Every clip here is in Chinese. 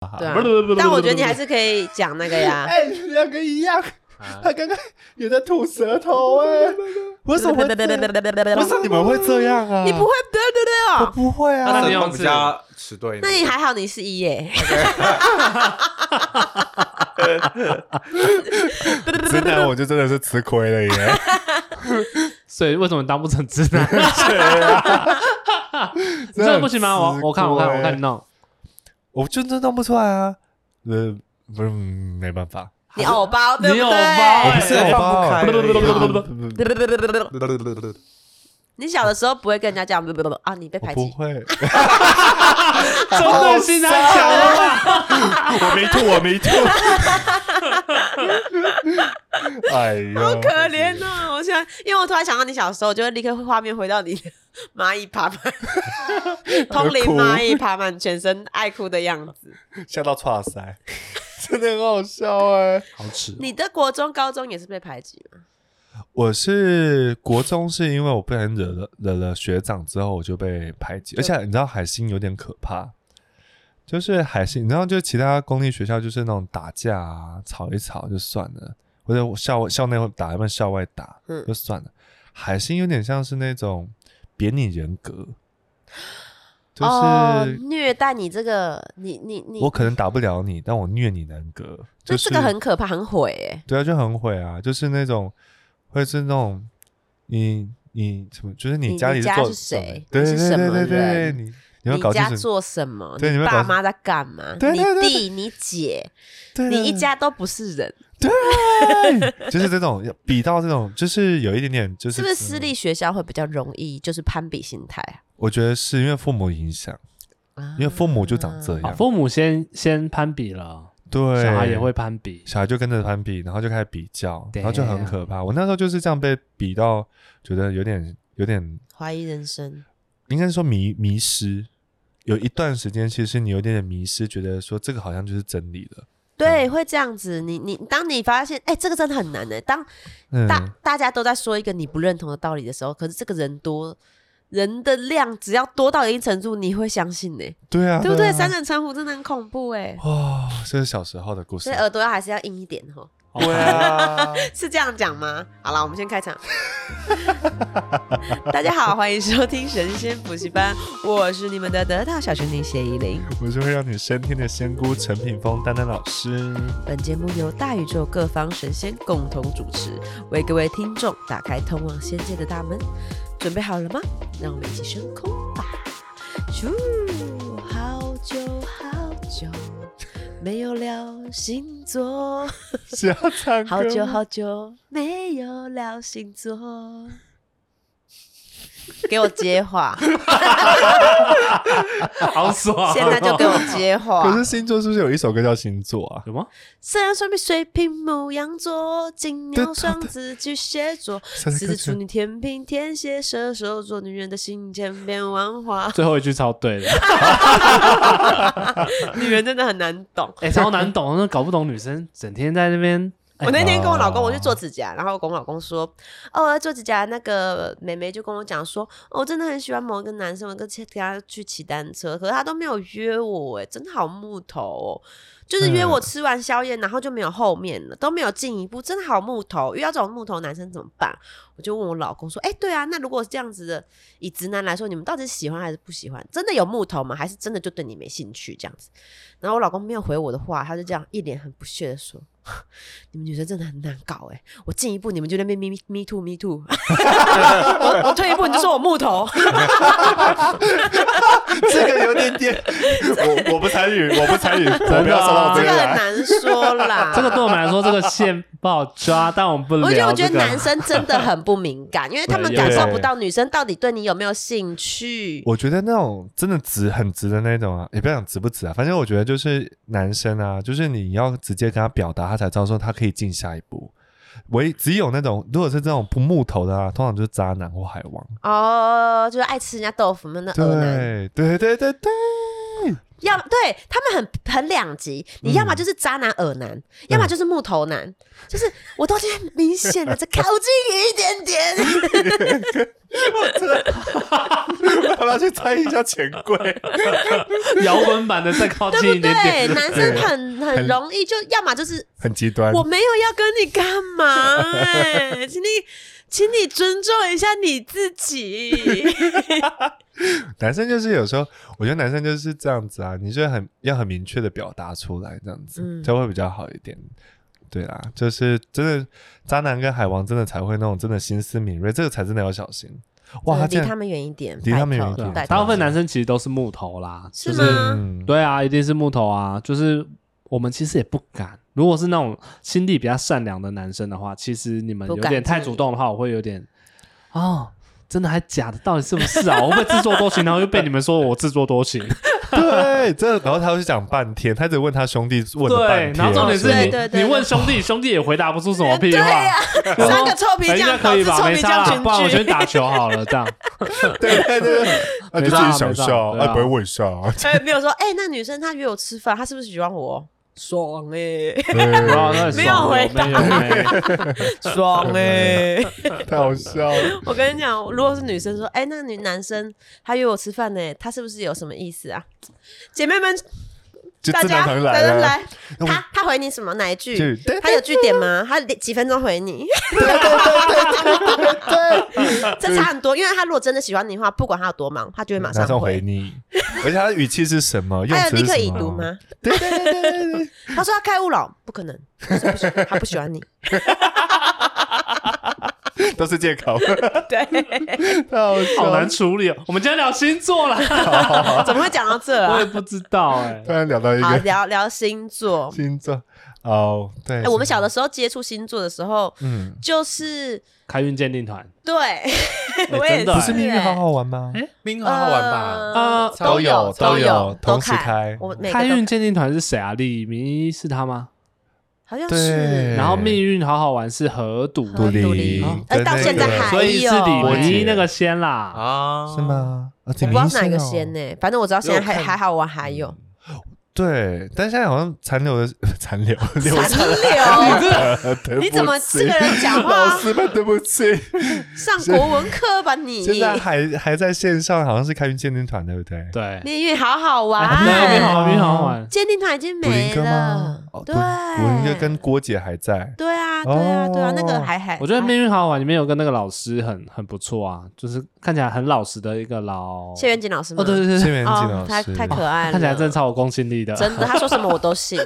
哈哈。对啊不是不是不是，但我觉得你还是是可以讲那个呀，哎，两个一样，他刚刚也在吐舌头哎，为什么会这样？为什么你们会这样啊？你不会对对对我哦。不会那啊你，用加迟钝一那点，你还好，你是一耶，直男我就真的是吃亏了耶。所以为什么当不成直 男？你真的不行吗？我我看我看欸我看你弄，我就真弄不出来啊，呃，不是，嗯没办法，你偶包对你有不包哎对？不是我包放不不开不不不不不，你小的时候不会跟人家讲，不不不啊，你被我排不挤。会，真的心太强了吧？我没吐，我没吐。哎呦，好可怜哦！我现在，因为我突然想到你小时候，我就会立刻画面回到你的蚂蚁爬满，通灵蚂蚁爬满全身爱哭的样子。笑到岔 塞，真的很好笑哎。好吃哦，你的国中、高中也是被排挤吗？我是国中，是因为我不小心惹了惹了学长之后，我就被排挤，而且你知道海星有点可怕，就是海星，你知道，就其他公立学校就是那种打架啊，吵一吵就算了，或者校校内会打，要不然校外打嗯就算了。海星有点像是那种贬你人 格，就哦，是虐待你这个，你你你，我可能打不了你，但我虐你人格，那就是这个很可怕，很毁哎。对啊，就很毁啊，就是那种会是那种你你什么，就是你你家你里家做是谁对你是对对什对么对对，人你你要搞清家楚，做什么？对你们搞爸清妈在干嘛？对对对你对弟、你姐，对你对一家都不是人，对，就是这种比到这种，就是有一点点，就是是不是私立学校会比较容易就是攀比心态啊？我觉得是因为父母影响，因为父母就长这好样，啊哦父母先先攀比了，对，小孩也会攀比，小孩就跟着攀比，然后就开始比较，然后就很对啊可怕。我那时候就是这样被比到，觉得有点有点怀疑人生。应该说迷迷失，有一段时间，其实你有点点迷失，觉得说这个好像就是真理了。对，会这样子。你你，当你发现，哎、这个真的很难的、当嗯，大、大家都在说一个你不认同的道理的时候，可是这个人多，人的量只要多到一定程度，你会相信呢、欸对啊，对不对？啊三人成虎真的很恐怖哎、哦，这是小时候的故事所以。耳朵还是要硬一点哦，对啊， 是这样讲吗？好了，我们先开场。 大家好，欢迎收听神仙补习班，我是你们的得道小精灵谢依霖。我就会让你升天的仙姑陈品峰丹丹老 师。本节目由大宇宙各方神仙共同主持，为各位听众打开通往仙界的大门。准备好了吗？让我们一起升空吧！咻，好久好久没有聊星座，是要唱歌吗好久好久没有聊星座。给我接 话， 好爽哦！现在就给我接可话是。星座是不是有一首歌叫星座啊？有吗？。虽然说明水瓶、母羊座、金对牛、对双子、巨蟹座，三狮子、处女、天平、天蝎、射手座，女人的心千变万化 最后一句超对 的，女人真的很难懂。哎，超难懂，真的搞不懂女生整天在那边哎我那天跟我老公，哦我去做指甲，然后我跟我老公说，哦，我要做指甲，那个妹妹就跟我讲说，哦，我真的很喜欢某一个男生，我跟跟他去骑单车，可是他都没有约我，哎，真的好木头哦。就是约我吃完宵夜，然后就没有后面了，都没有进一步，真的好木头。遇到这种木头男生怎么办？我就问我老公说：“哎、对啊，那如果是这样子的，以直男来说，你们到底是喜欢还是不喜欢？真的有木头吗？还是真的就对你没兴趣这样子？”然后我老公没有回我的话，他就这样一脸很不屑的说：“你们女生真的很难搞哎、我进一步你们就在那边咪咪 me too me too，我我退一步你就说我木头，这个有 点点，我我不参与，我不参与，我不要啊。收哦到这这个个很来。难说啦这个对我们来说，这个线不好 抓，但我们不聊我这觉个。啊得，我觉得男生真的很不敏感，因为他们对感受不对到女生到底对你有没有兴趣。我觉得那种真的直很直的那种啊，也不要讲直不直啊，反正我觉得就是男生啊，就是你要直接跟他表达，他才知道说他可以进下一步。唯只有那种如果是这种不木头的啊，通常就是渣男或海王。哦，就是爱吃人家豆腐嘛，那恶男。对对对对对，要对他们很很两极，嗯你要么就是渣男耳男，要么就是木头男，就是我都已经明显 的在靠近你一点点， 我要去猜一下钱柜，摇滚版的再靠对近一不点对？点，男生很很很容易就要么就是很极端。我没有要跟你干嘛、哎，请你请你尊重一下你自己。男生就是有时候，我觉得男生就是这样子啊，你就很要很明确的表达出来，这样子、嗯才会比较好一点。对啦，就是真的渣男跟海王真的才会那种真的心思敏锐，这个才真的要小心。哇，嗯他离竟他然们远一点，离他们拜远一托点拜啊大托大部部分分男生其实都是木头啦，是就是吗？嗯，对啊，一定是木头啊，就是我们其实也不敢。如果是那种心地比较善良的男生的话，其实你们有不敢点太主动的话，我会有点哦，真的还假的，到底是不是啊？我 会不会自作多情，然后又被你们说我自作多 情。对，这然后他会讲半天，他只问他兄弟问了半对天，，然后重点是对你对对你问兄弟， 兄弟也回答不出什么屁对话。呀、然后 三个臭皮哎应该匠可导以致吧？臭没皮差匠啦，群不然我聚去。打球好了，这样。对对对，他 没就自办法己想笑，没办法对啊哎，不会问笑啊， 哎，没有说，哎、那女生她约我吃饭，她是不是喜欢我？爽哎、 哇那很没有爽回答没有没有 爽哎、太好笑了。 我跟你讲，如果是女生说，哎、那女男生他约我吃饭呢、他是不是有什么意思啊？姐妹们，就大正家常来常来了，来，那我他他回你什么哪一句？就对他有据点吗？他几分钟回你？ 这差很多，因为他如果真的喜欢你的话，不管他有多忙，他就会马马上回回。你，而且他的语气是什么？用还有词立是刻什已么读吗？对对对对对对，他说他开悟了，不可能，他说不是他不喜 欢你。都是借口，对，太好 好笑了难。处理哦。我们今天聊星座啦， 怎么会讲到这 我也啊？不知道哎突。然聊到一好，个聊聊星座。星座，哦，对，哎，我们小的时候接触星座的时候，嗯，就是开运鉴定团，对 我也真的对哎不是命运好好玩吗？哎，命呃啊都有有都都有有都同时开我每个开都运鉴定团是谁啊？李明是他吗？好像对是然后命运好好玩是何笃，和独独立立哦，哎，跟到那现在个还所以是有李哎明那个先啦。啊是？吗？啊，我我不知道哪个先呢，反正我知道现在还还好，我还有 对，但现在好像残留的残留残留留。 对不你怎么起这个人讲老话师们对不起，上国文课吧你？现在还还在线上，好像是开运鉴定团，对不对？对，命运好好对，命运玩，好玩，命运好好玩。鉴定团已经古没灵哥吗了？哦，对，古灵哥跟郭姐还在。对啊，对啊，对啊，那个哦还还，我觉得《还命运好好玩》里面有个那个老师很很不错啊，就是看起来很老实的一个老，谢元锦老师吗？哦对对对谢对，元锦哦老，太师， 太可爱了，看起来真的超有公信力的，真的，他说什么我都信，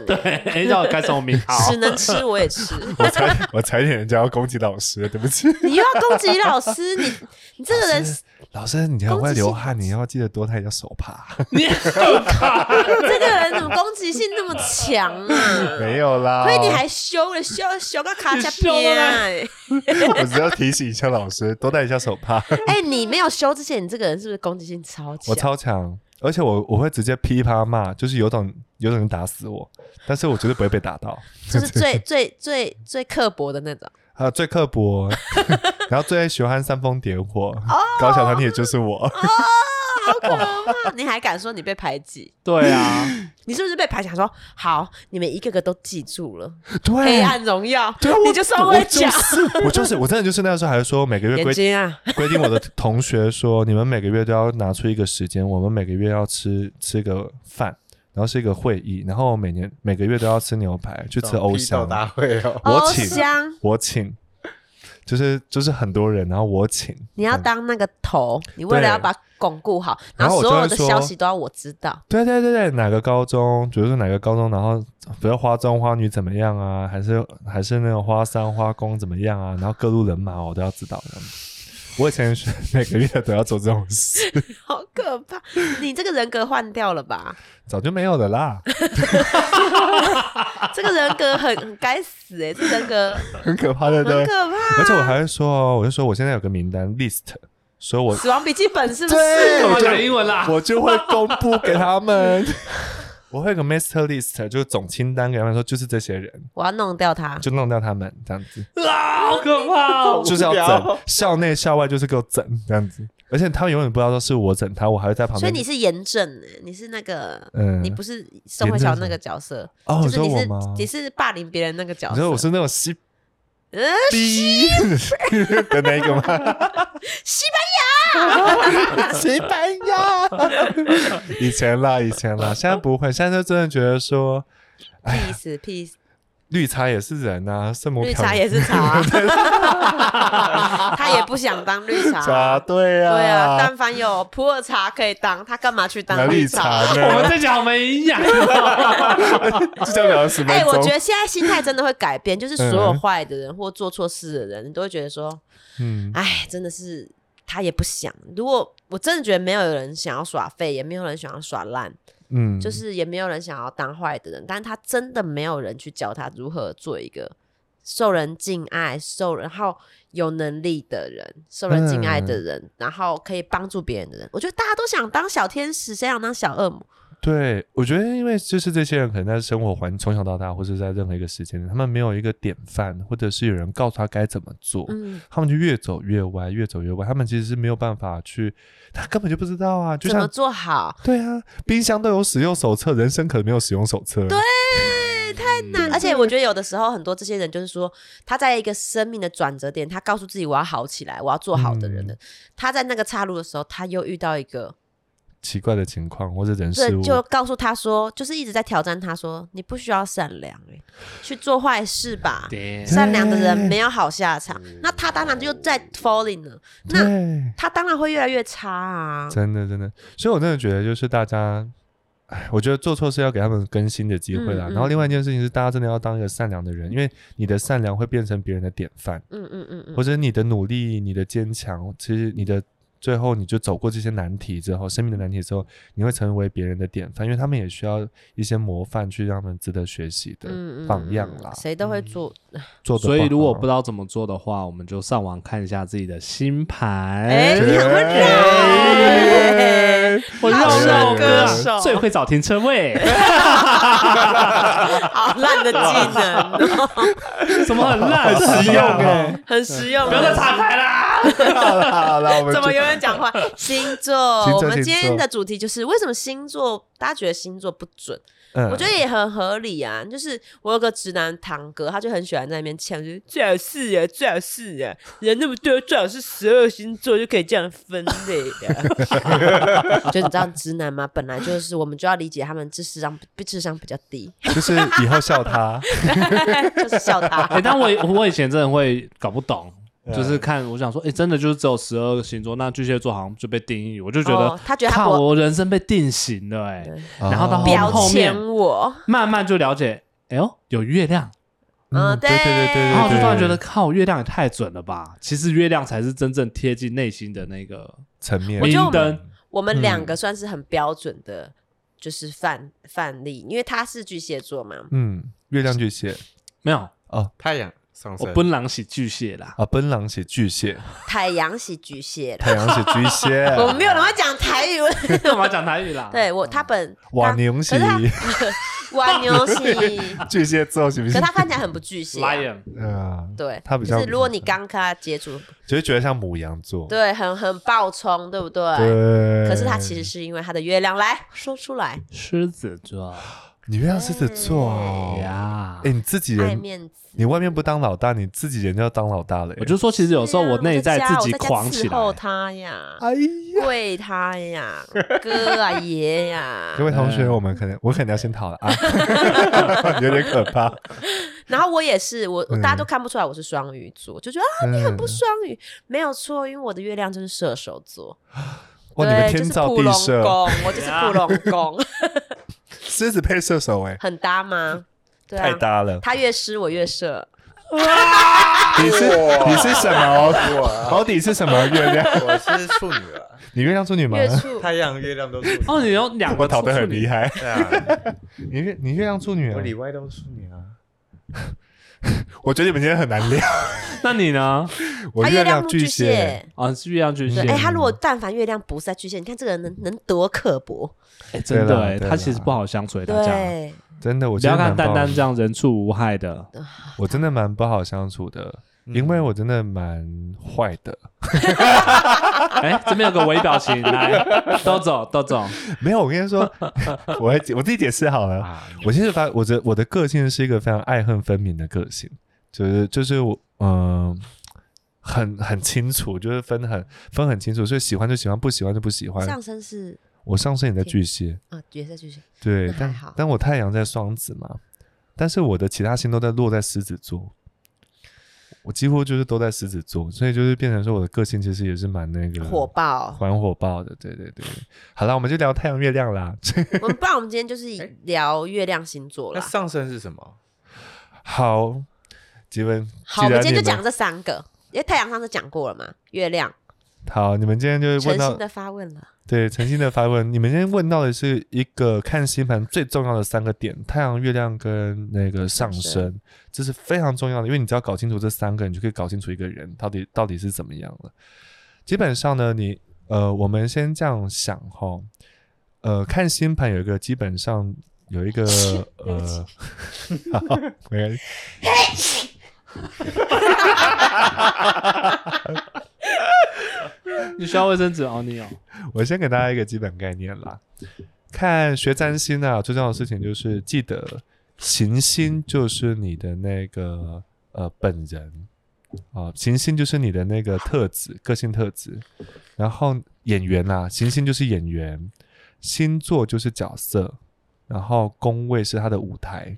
哎，叫我改什么 名号？只能吃我也 吃。我才我才点人家要攻击老师，对不起。你又要攻击老师，你你这个人老师 老师，你要会流汗，你要记得多带一下手帕。你这个人怎么攻击性那么强啊？ 没有啦，所以你还修了修修个卡你加哦修了边啊吗？我只要提醒一下老师，多带一下手 帕。哎，你没有修之前，你这个人是不是攻击性超强？我超强，而且我我会直接噼啪骂，就是有种有种人打死我，但是我绝对不会被打到。就是最最最最刻薄的那种。还啊有最刻薄， 然后最喜欢煽风点火，哦搞小团体的就 是我。好可怕！ 你还敢说你被排挤？对 啊，你是不是被排挤？想说好，你们一个个都记住了《黑对，暗荣耀》哎对，啊我你就算我会就讲是我就是我真的就是那时候还说每个月眼规睛啊，规定我的同学说，你们每个月都要拿出一个时间，我们每个月要吃吃个饭，然后是一个会议，然后每年每个月都要吃牛排，去吃欧香。大 会哦，我欧请香，我请，就是就是很多人，然后我请，你要当那个头，你为了对要把它巩固好，嗯然后我所就有会的说消息都要我知道。对对对对，哪个高中，比如说哪个高中，然后比如花中花女怎么样啊，还是还是那个花三花公怎么样啊，然后各路人马我都要知道这样子。我以前是每个月都要做这种事，好可怕！你这个人格换掉了 吧？早就没有了啦，这个人格很很该死哎、这人格很可怕， 对不对很？可怕。而且我还会说哦，我就说我现在有个名单 list，所以我死亡笔记本是不对是？干嘛讲英文啦？ 我就会公布给他们，我会有个 master list，就是总清单给他们说，就是这些人，我要弄掉它。就弄掉他们这样子。啊，好可怕哦！就是要无聊整，校内校外就是给我整这样子。而且他们永远不知道说是我整他，我还会在旁所边。以你是严正呢，欸你是那个，嗯你不是宋慧乔那个角色，哦，就你是说你我是吗？你是霸凌别人那个角你色。说我是那种西嗯，逼的那一个吗？西 西班牙，以前啦，以前哦啦，现在不会，现在就真的觉得说班哎牙 peace peace，绿茶也是人啊，圣母绿婊茶也是茶 啊，他也不想当绿茶 茶，啊。对啊，对啊，但凡有普洱茶可以当，他干嘛去哪当里茶？ 茶我们呢？这讲没营 养，就这样聊了十分哎、钟。我觉得现在心态真的会改变，就是所有嗯坏的人或做错事的人，你都会觉得说，嗯，哎，真的是他也不想。如果我真的觉得没有人想要耍废，也没有人想要耍烂，嗯，就是也没有人想要当坏的人，但是他真的没有人去教他如何做一个受人敬爱、受人然后有能力的人、受人敬爱嗯的人，然后可以帮助别人的人。我觉得大家都想当小天使，谁想当小恶魔？对，我觉得因为就是这些人可能在生活环从小到大，或者在任何一个时间，他们没有一个典范，或者是有人告诉他该怎么做，嗯，他们就越走越歪，越走越歪。他们其实是没有办法去， 他根本就不知道啊，就怎么像。做好？对啊，冰箱都有使用手册，人生可能没有使用手册。对，嗯而且我觉得有的时候很多这些人就是说，他在一个生命的转折点，他告诉自己我要好起来，我要做好的嗯人了。他在那个岔路的时候，他又遇到一个，奇怪的情况或者人事这物，就告诉他说，就是一直在挑战他说，你不需要善良、欸，去做坏事吧。善良的人没有好下场，嗯那他当然就在 falling 了，那嗯对，他当然会越来越差啊。真的真的，所以我真的觉得就是大家，哎，我觉得做错事要给他们更新的机会啦。嗯嗯然后另外一件事情是，大家真的要当一个善良的人，因为你的善良会变成别人的典范，嗯嗯嗯嗯，或者你的努力、你的坚强，其实你的。最后，你就走过这些难题之后，生命的难题之后，你会成为别人的典范，因为他们也需要一些模范去让他们值得学习的嗯嗯嗯榜样啦。谁都会做。做得所以好如果不知道怎么做的话，我们就上网看一下自己的星盘。嗯哎， 你很会哎绕欸，我绕绕哥歌手最会找停车 位，好烂的技能哦。 什么很烂，实用哎， 很实用。哦不要再岔开 啦。好了好了，我们怎么就有人讲 话？星座，星座我们今星座天的主题就是为什么星座大家觉得星座不准？嗯我觉得也很合理啊。就是我有个直男堂哥，他就很喜欢在那边呛，就是最好是啊，最好是啊，人那么多，最好是十二星座就可以这样分类的。就你知道直男嘛，本来就是我们就要理解他们智商智商比较低，就是以后笑他，就是笑他。 哎，但我我以前真的会搞不 懂。就是看，我想说，哎、真的就是只有十二个星座，那巨蟹座好像就被定义，我就觉得，哦他觉得他靠不嗯我人生被定型了、诶哎， 然后到标后面签我，慢慢就了解，哎呦，有月亮，嗯，对对对对对哦然后我就突然对觉得，靠，月亮也太准了吧！其实月亮才是真正贴近内心的那个层面，我明觉得我们灯。我们两嗯个算是很标准的，就是范范例，因为他是巨蟹 座嘛，嗯，月亮巨蟹没有，哦太阳上我升，奔狼喜巨蟹啦。啊，奔狼写巨蟹，太阳系巨蟹 啦。太阳写巨蟹， 我们没有人会讲台语，干嘛讲台语啦？对我他本瓦牛可写是他瓦牛系， 巨蟹座，行可不是？行他看起来很不巨蟹啊。 ，lion 嗯，对，他比较就是如果你刚跟他接触，只是觉得像母羊座，对，很很暴冲，对不对？对可是他其实是因为他的月亮，来说出来，狮子座你月亮狮子座哦，嗯呀。哎，你自己爱人，面子。你外面不当老大，你自己人就要当老大了耶，我就说，其实有时候对啊我内在在家自己我在家狂起伺来，候他呀，哎呀。跪他呀，哥啊爷 呀各。位同学，我们可能哎我可能要先逃了啊， 有点可怕。然后我也是，我我嗯大家都看不出来我是双鱼座，就觉得啊你很不双鱼没有错，因为我的月亮就是射手座，哇，你们对，就天是造普地龙设，宫，我就是普龙 宫，狮子配射手哎、很搭吗？对太啊，搭了！他越湿我越射，你是哇你是什么？我保底是什么 月亮？我是处女啊，你月亮处女吗越？处太阳、月亮都是处哦，女。你有两个我逃得处很女厉害。对啊，你月你月亮处女、啊我，里外都是处女啊。我觉得你们今天很难聊。那你呢？我他月亮巨蟹，。嗯啊，是月亮巨蟹对，哎，，他如果但凡月亮不是在巨蟹，你看这个人能能多刻薄，哎真的哎，对啦他其实不好相处，大家对，真的，我不要看真的丹蛮不好 丹这样人畜无害的，我真的蛮不好相处的。因为我真的蛮坏的。哎、这边有个微表情， 来，都走，都走。没有，我跟你说， 我来解我自己解释好了。啊，我其实发我的我的个性是一个非常爱恨分明的个性，就是就是我嗯、很很清楚，就是分很分很清楚，所以喜欢就喜欢，不喜欢就不喜欢。上身是我上升也在巨蟹，啊，也是巨蟹，对那，还但好但我太阳在双子嘛，但是我的其他星都在落在狮子座，我几乎就是都在狮子座，所以就是变成说我的个性其实也是蛮那个火爆。蛮嗯火爆的，对对对。 好了，我们就聊太阳月亮啦。 我们不然我们今天就是以聊月亮星座哎那啦。上升是什么？好，吉文，好，我们既然今天就你讲这三个，因为太阳上次讲过了嘛，月亮好，你们今天就是诚问心到的发问了。对诚心的发问，你们今天问到的是一个看星盘最重要的三个点：太阳、月亮跟那个上上升，这是非常重要的，因为你只要搞清楚这三个，你就可以搞清楚一个人到底到底是怎么样了。基本上呢，你呃，我们先这样想哈，呃，看星盘有一个基本上 有一个呃， 好，没关系。你需要卫生纸哦，你有。我先给大家一个基本概念啦。看学占星啊，最重要的事情就是记得行星就是你的那个呃本人啊、行星就是你的那个特质、个性特质。然后演员啊，行星就是演员，星座就是角色，然后宫位是他的舞台，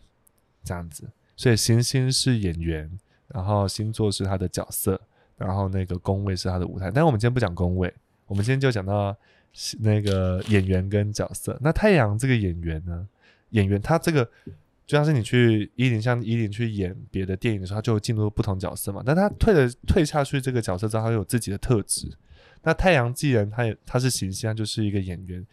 这样子。所以行星是演员，然后星座是他的角色，然后那个宫位是他的舞台。但我们今天不讲宫位，我们今天就讲到是那个演员跟角色。那太阳这个演员呢，演员他这个就像是你去伊林，像伊林去演别的电影的时候，他就进入不同角色嘛。但他退了退下去这个角色之后，他有自己的特质。那太阳既然他也他是形象，他就是一个演员。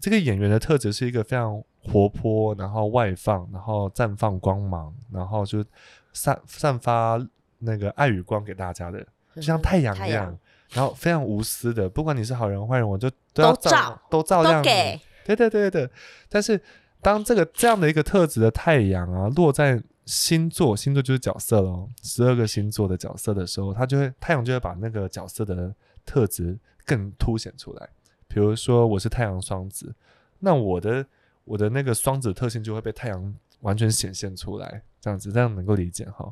这个演员的特质是一个非常活泼，然后外放，然后绽放光芒，然后就散散发那个爱与光给大家的，就像太阳嗯太一样阳。然后非常无私的，不管你是好人坏人，我就都要都照都照都亮给你。对对对对对。但是当这个这样的一个特质的太阳啊落在星座，星座就是角色咯，十二个星座的角色的时候，它就会太阳就会把那个角色的特质更凸显出来。比如说我是太阳双子，那我的我的那个双子特性就会被太阳完全显现出来，这样子这样能够理解哈。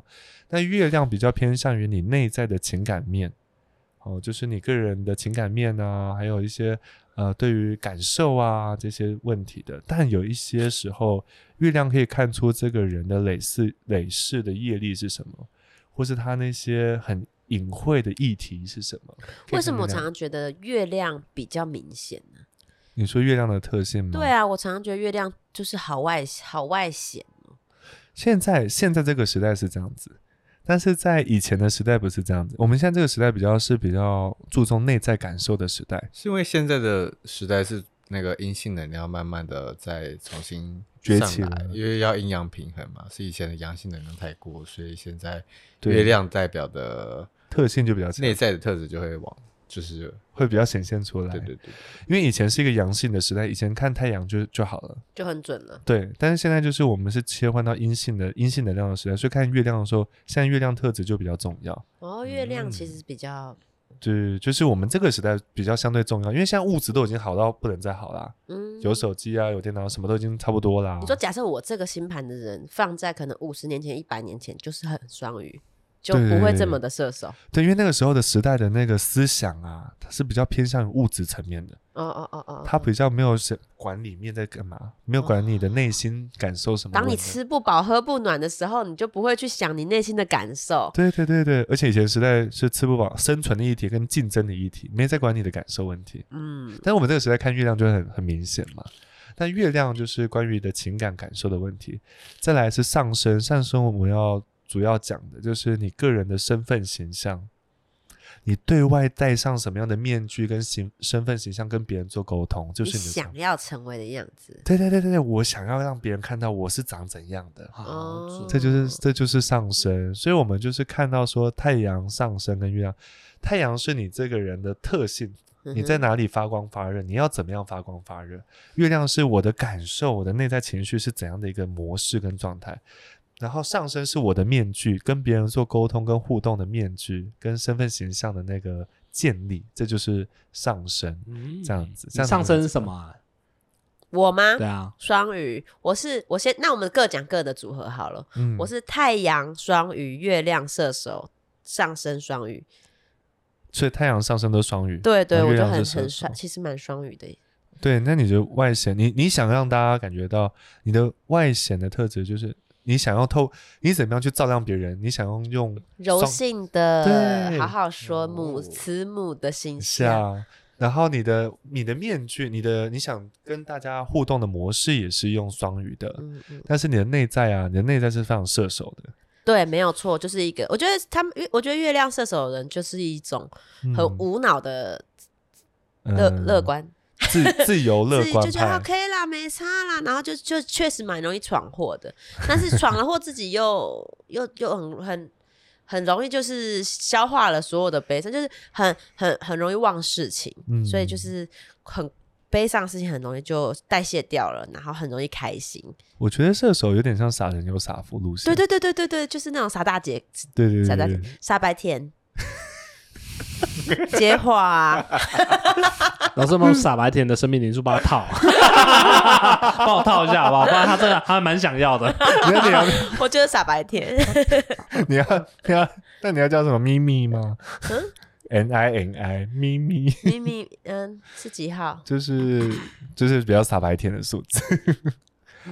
那月亮比较偏向于你内在的情感面，哦，就是你个人的情感面啊，还有一些呃对于感受啊这些问题的。但有一些时候，月亮可以看出这个人的累世累世的业力是什么，或是他那些很隐晦的议题是什么。可以为什看么我月常常亮觉得月亮比较明显呢？你说月亮的特性吗？对啊，我常常觉得月亮就是好外好外显，现在现在这个时代是这样子，但是在以前的时代不是这样子。我们现在这个时代比较是比较注重内在感受的时代，是因为现在的时代是那个阴性能量慢慢的再重新崛上起来了因为要阴阳平衡嘛，是以前的阳性能量太过，所以现在对月亮代表的特性就比较强内在的特质就会往，就是会比较显现出来。对对对，因为以前是一个阳性的时代，以前看太阳就就好了。就很准了。对，但是现在就是我们是切换到阴性的阴性能量的时代，所以看月亮的时候，现在月亮特质就比较重要。哦，月亮其嗯实比较对，就是我们这个时代比较相对重要，因为现在物质都已经好到不能再好啦，嗯，有手机啊，有电脑，什么都已经差不多啦。你说，假设我这个星盘的人放在可能五十年前、一百年前，就是很双鱼，就不会这么的射手。对，因为那个时候的时代的那个思想啊，它是比较偏向于物质层面的，哦哦哦哦，它比较没有是管里面在干嘛，没有管你的内心感受什么哦问当题。你吃不饱、喝不暖的时候，你就不会去想你内心的感受。对对对对，而且以前时代是吃不饱，生存的议题跟竞争的议题，没在管你的感受问题。嗯，但我们这个时代看月亮就会很很明显嘛。但月亮就是关于你的情感感受的问题，再来是上升，上升我们要主要讲的就是你个人的身份形象，你对外戴上什么样的面具跟形身份形象跟别人做沟通，就你是你的想要成为的样子。对对对对对，我想要让别人看到我是长怎样的，哦这就是这就是上升，所以我们就是看到说太阳上升跟月亮，太阳是你这个人的特性，你在嗯哼哪里发光发热，你要怎么样发光发热？月亮是我的感受，我的内在情绪是怎样的一个模式跟状态。然后上身是我的面具，跟别人做沟通跟互动的面具，跟身份形象的那个建立，这就是上身。嗯这样子你这样子上身很是什么啊？我吗对？啊，双鱼，我是我先，那我们各讲各的组合好了。嗯，我是太阳双鱼，月亮射手，上升双鱼。所以太阳上升都是双鱼。对对，然后我哦月就亮很是射很手双，其实蛮双鱼的耶。对，那你的外显，你你想让大家感觉到你的外显的特质，就是你想要透，你怎么样去照亮别人，你想要用柔双性的，对好好说母哦慈母的形象，下，然后你的你的面具，你的你想跟大家互动的模式也是用双语的，嗯嗯，但是你的内在啊，你的内在是非常射手的，对，没有错，就是一个。我觉得他们，我觉得月亮射手的人就是一种很嗯无脑的乐、乐、观，嗯自自由乐 自己观就觉得派， OK 啦，没差啦，然后就就确实蛮容易闯祸的， 但是闯了祸自己又又又很很很容易就是消化了所有的悲伤，就是很很很容易忘事情，嗯所以就是很悲伤的事情很容易就代谢掉了，然后很容易开心。我觉得射手有点像傻人有傻福路线，对对对对对对，就是那种傻大姐、对对傻对大对姐对，、 傻白甜。接话、啊， 老师有没有傻白甜的生命灵数帮他套， 帮我套一下好不好？不然他真的他还蛮想 要的。你要你要 我就是傻白甜， 你要你要， 那你要叫什么咪咪吗？N I N I 咪咪，嗯咪咪，嗯，是几号？ 就是就是比较傻白甜的数字。嗯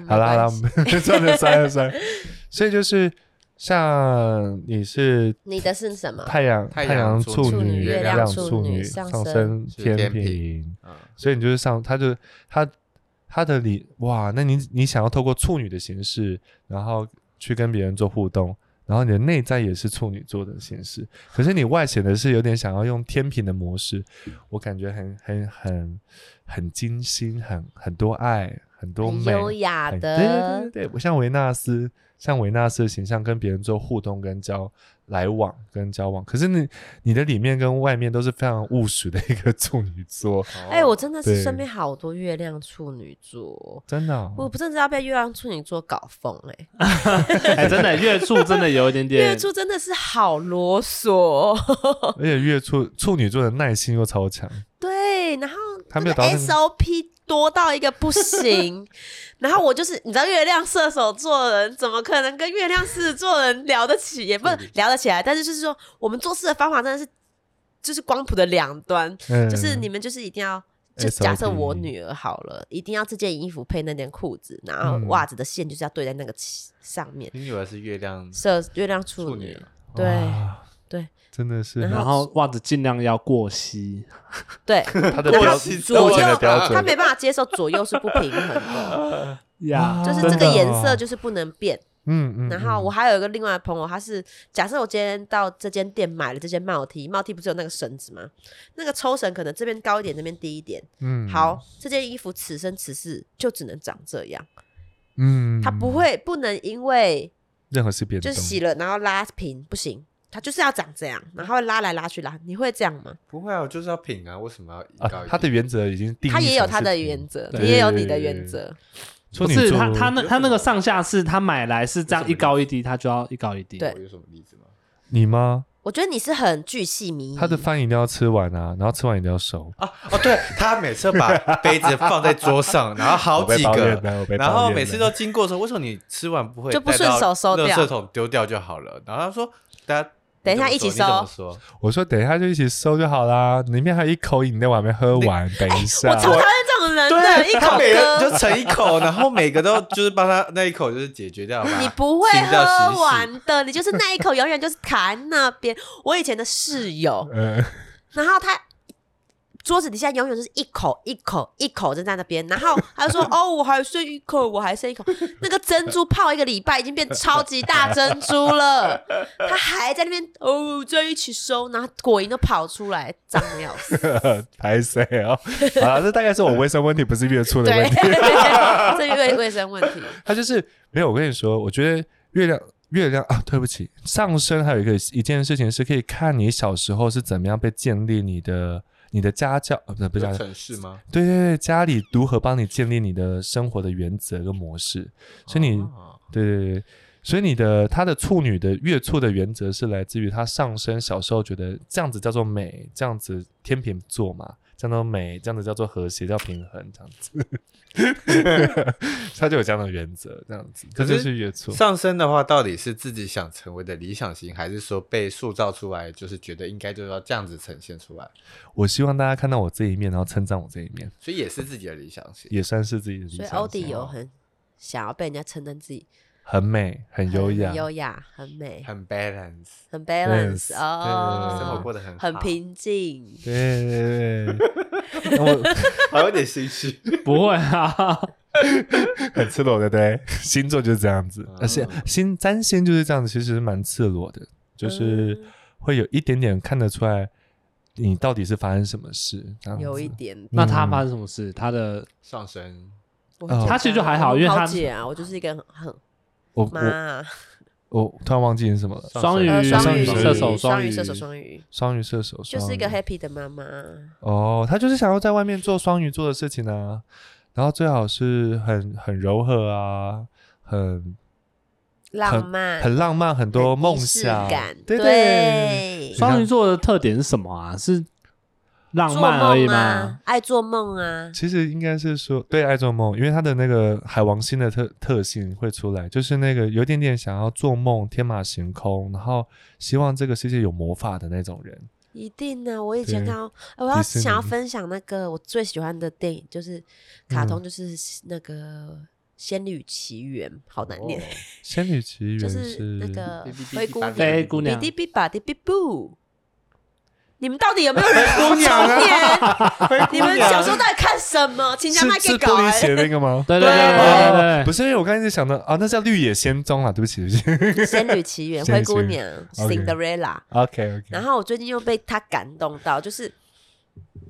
好啦好啦，没关我系们 算了算了算了。所以就是像你是你的是什么？太阳太阳阳处处女女、月月亮亮处处女上上升升是天天平，嗯，所以你就是上，他就他他的理哇，那你你想要透过处女的形式，然后去跟别人做互动。然后你的内在也是处女座的形式，可是你外显的是有点想要用天平的模式，我感觉很很很很精心，很很多爱，很多很美，优雅哎的对对，对对，我像维纳斯，像维纳斯的形象跟别人做互动、跟交来往、跟交往。可是你你的里面跟外面都是非常务实的一个处女座，哎、我真的是对身边好多月亮处女座，真的哦、我不真的要被月亮处女座搞疯哎、哎，真的月处真的有一点点，月处真的是好啰嗦， 而且月处处女座的耐心又超强，对，然后他没那个有达到那个 SOP 多到一个不 行，然后我就是你知道月亮射手座的人怎么可能跟月亮狮子座的人聊得起，也不是聊得起来，但是就是说我们做事的方法真的是就是光谱的两端，嗯，哎就是你们就是一定要，就 SOP 假设我女儿好了，一定要这件衣服配那件裤子，然后嗯袜子的线就是要对在那个起上面。你女儿是月 亮嗯射月亮处处女女，，对啊哇对，真的是然后袜子尽量要过膝，对，他的然标后准左我右觉得标准她没办法接受左右是不平衡 的，呀就是真这的个哦颜色就是不能变。嗯嗯，然后嗯我还有一个另外的朋友，他是假设我今天到这间店买了这件帽 T，帽 T 不是有那个绳子吗？那个抽绳可能这边高一点，那边低一点。嗯，好，这件衣服此生此世就只能长这样，嗯，它不会不能因为任何事变动，就是洗了然后拉平不行，它就是要长这样，然后拉来拉去拉，你会这样吗？不会啊，我就是要品啊，为什么要一高啊一，低他的原则已经定义它成是平，也有它的原则，对你也有你的原则，处不女是座他他那他那个上下是他买来是这样一高一低，他就要一高一低。对有什么例子吗？你吗？我觉得你是很巨细靡遗。他的饭一定要吃完啊，然后吃完一定要收。啊哦，对他每次把杯子放在桌上，然后好几我被抱怨个，了我被抱怨了然后每次都经过说，为什么你吃完不会就不顺手收掉垃圾桶丢掉就好了。然后他说，大家等一下你一起怎么收说你怎么我说等一下就一起收就好啦，里面还有一口饮料我还没喝完，等一下。我超 讨厌这种人说，的，一口他每人歌就盛一口，然后每个都就是帮他那一口就是解决掉。啊你吧。不会清掉洗喝洗完的，你就是那一口永远就是卡在那边。我以前的室友，呃，然后他桌子底下永远就是一口一口一口就在那边，然后他就 说：“哦，我还剩一口，我还剩一口。”那个珍珠泡一个礼拜已经变超级大珍珠了，他还在那边哦，就一起收，然后果蝇都跑出来，脏的要 死。呃拍谁哦？好了，这大概是我卫生问题，不是月初的对问题。，这是卫卫生问 题。他就是没有。我跟你说，我觉得月亮月亮啊，对不起，上升还有一个一件事情是可以看你小时候是怎么样被建立你的你的家教，呃，不是不是家有教，城市吗？对对对，家里如何帮你建立你的生活的原则跟模式，所以你、哦对对对，所以你的他的处女的越处的原则是来自于他上升小时候觉得这样子叫做美，这样子天秤座嘛，这样叫做美，这样子叫做和谐，叫平衡，这样子， 他就有这样的原则，这样子，这可是就是越处。上升的话，到底是自己想成为的理想型，还是说被塑造出来，就是觉得应该就要这样子呈现出来，我希望大家看到我这一面，然后称赞我这一面，所以也是自己的理想型。也算是自己的理所想哦以型。欧弟有很想要被人家称赞自己很美，很优雅，优雅、很美、很 balance，很 balance 对哦，生活过得很很好，平静。对对对， 我还有点心虚。不会啊，很赤裸的，对， 星座就是这样子，而且嗯星占星就是这样子，其实蛮赤裸的，嗯就是会有一点点看得出来你到底是发生什么事，这样嗯子有一点， 那他发生什么事？他的上升，我哦他其实就还好因为他我姐啊，我就是一个很很我妈我啊，我突然忘记是什么了，上双鱼升呃，双鱼射手、双鱼、射手、双鱼，双鱼、射手，就是一个双鱼 happy 的妈妈。哦，他就是想要在外面做双鱼座的事情啊，然后最好是很很柔和啊，很浪漫，很浪漫，很多很梦仪式想感，对对双鱼座的特点是什么啊？是浪做漫而已梦吗啊？，爱做梦啊，其实应该是说对爱做梦，因为他的那个海王星的特特性会出来，就是那个有点点想要做梦、天马行空，然后希望这个世界有魔法的那种人。一定呢、我以前对看到，哎我要迪士尼想要分享那个我最喜欢的电影，就是卡通，嗯就是那个《仙女奇缘》，好哦难念，仙女奇缘就是那个哔哔哔灰哔姑吧娘，灰姑比娘？滴比吧滴比布。你们到底有没有人重啊演？你们小时候到底看什么？请是将麦给是搞玻哎璃、鞋那个吗对对对对对对，不是，因为我刚才一直想到啊，那叫绿野仙踪啊，对不起，对不 起。仙女奇缘》仙灰女奇姑缘娘 OK Cinderella。 OK OK，然后我最近又被他感动到，就是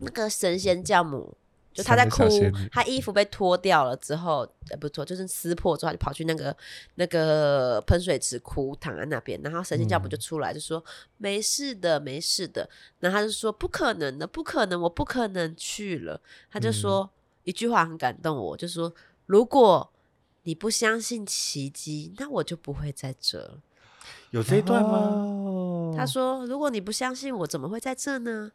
那个神仙教母，就她在哭神仙小仙女，她衣服被脱掉了之后，呃，不错，就是撕破之后，她就跑去那个那个喷水池哭，躺在那边。然后神仙教嗯母就出来就说：“没事的，没事的。”然后他就说：“不可能的，不可能，我不可能去了。”他就说、嗯一句话很感动我，就说：“如果你不相信奇迹，那我就不会在这了。”有这一段吗？哦他说：“如果你不相信我，怎么会在这呢？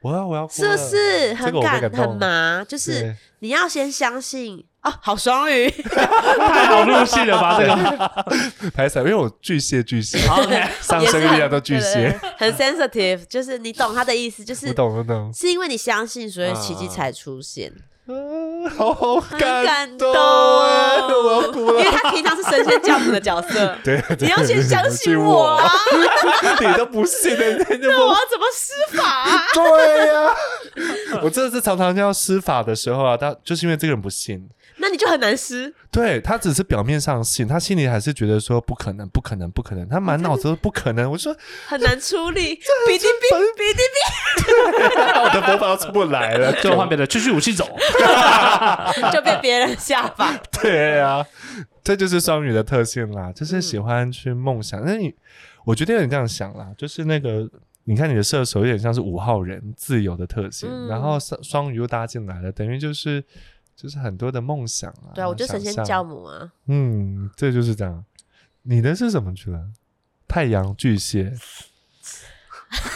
我要我要哭是不了是嗯这很个我被感感动很麻？就是对你要先相信哦，好双 鱼，太好入戏了 吧？这个拍散，因为我巨蟹巨蟹， OK，上升跟月啊亮都巨也是蟹，很，对对对很 sensitive，就是你懂他的意思，就是我懂我懂。是因为你相信，所以奇迹啊才出现，嗯好很感动，哎我要哭因了。，为他平常是神仙教母的角色 对，你对，要先相信我啊，你都不信的，你就那不我要怎么施法 啊？ 对呀、 我真的是常常要施法的时候啊，他就是因为这个人不信，那你就很难施。对他只是表面上信，他心里还是觉得说不可能，不可能，不可能，他满脑子都不可能。我说 很难处理，比滴比比滴我的魔法出不来了，就换别的，去去武器走。 比就被别人下法，对啊，这就是双鱼的特性啦，就是喜欢去梦嗯想。那、你，我觉得有点这样想啦，就是那个，你看你的射手有点像是五号人自由的特性，嗯然后双双鱼又搭进来了，等于就是就是很多的梦想啊。对啊，我就神仙想象教母啊。嗯，这就是这样。你的是什么去了？太阳巨 蟹，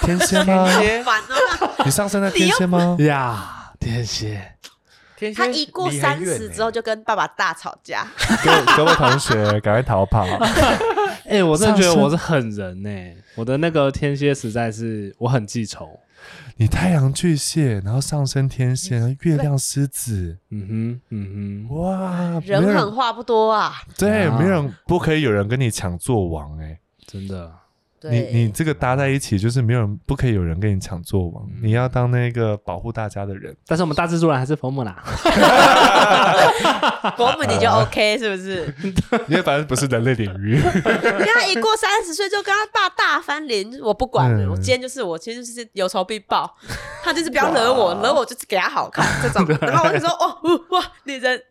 天蝎吗？好烦哦！你上升在天蝎吗？ 呀，天蝎， 天蝎他一过离很三远十欸呢之后，就跟爸爸大吵架，各位各位同学，赶快逃 跑！哎、我真的觉上得升我是狠人呢、我的那个天蝎实在是我很记仇。你太阳巨蟹，然后上升天蝎，然后月亮狮子，嗯哼，嗯哼，哇，没人狠人话不多啊。对，啊没人不可以有人跟你抢做王哎、真的，对，你你这个搭在一起，就是没有人不可以有人跟你抢做王，嗯你要当那个保护大家的人。但是我们大制作人还是冯木啦。伯母你啊就 OK 是不 是？因为反正不是人类领域，因为他一过三十岁就跟他爸大翻脸，我不管了，嗯我今天就是我今天就是有仇必 报，他就是不要惹我，啊惹我就是给他好看这种。然后我就说哦呜哇，你人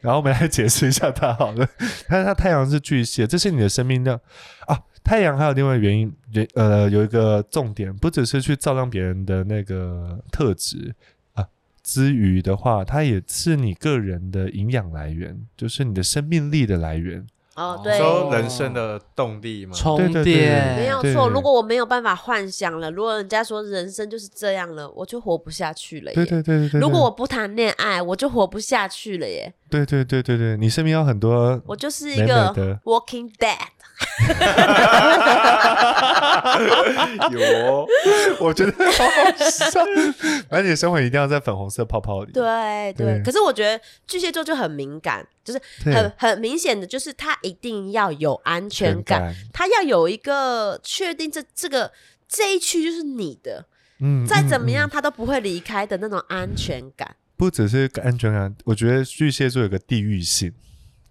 然后我们来解释一下它好了。 它它太阳是巨蟹，这是你的生命量啊。太阳还有另外一个原因，原呃有一个重点，不只是去照亮别人的那个特质啊，之余的话，它也是你个人的营养来源，就是你的生命力的来源。哦哦，对，说人生的动力嘛，充对对对电没有对错。对如果我没有办法幻想了，如果人家说人生就是这样了，我就活不下去了耶。对对对对对。如果我不谈恋爱，我就活不下去了耶。对对对对对，你身边有很多 我就是一美美个的 Walking Dead。 有哦，我觉得好好笑。而且生活一定要在粉红色泡泡里。对对对，可是我觉得巨蟹座就很敏感，就是对很很明显的，就是他一定要有安全感，感，他要有一个确定这这个这一区就是你的，嗯，再嗯怎么样嗯他都不会离开的那种安全感。不只是安全感，我觉得巨蟹座有个地域性，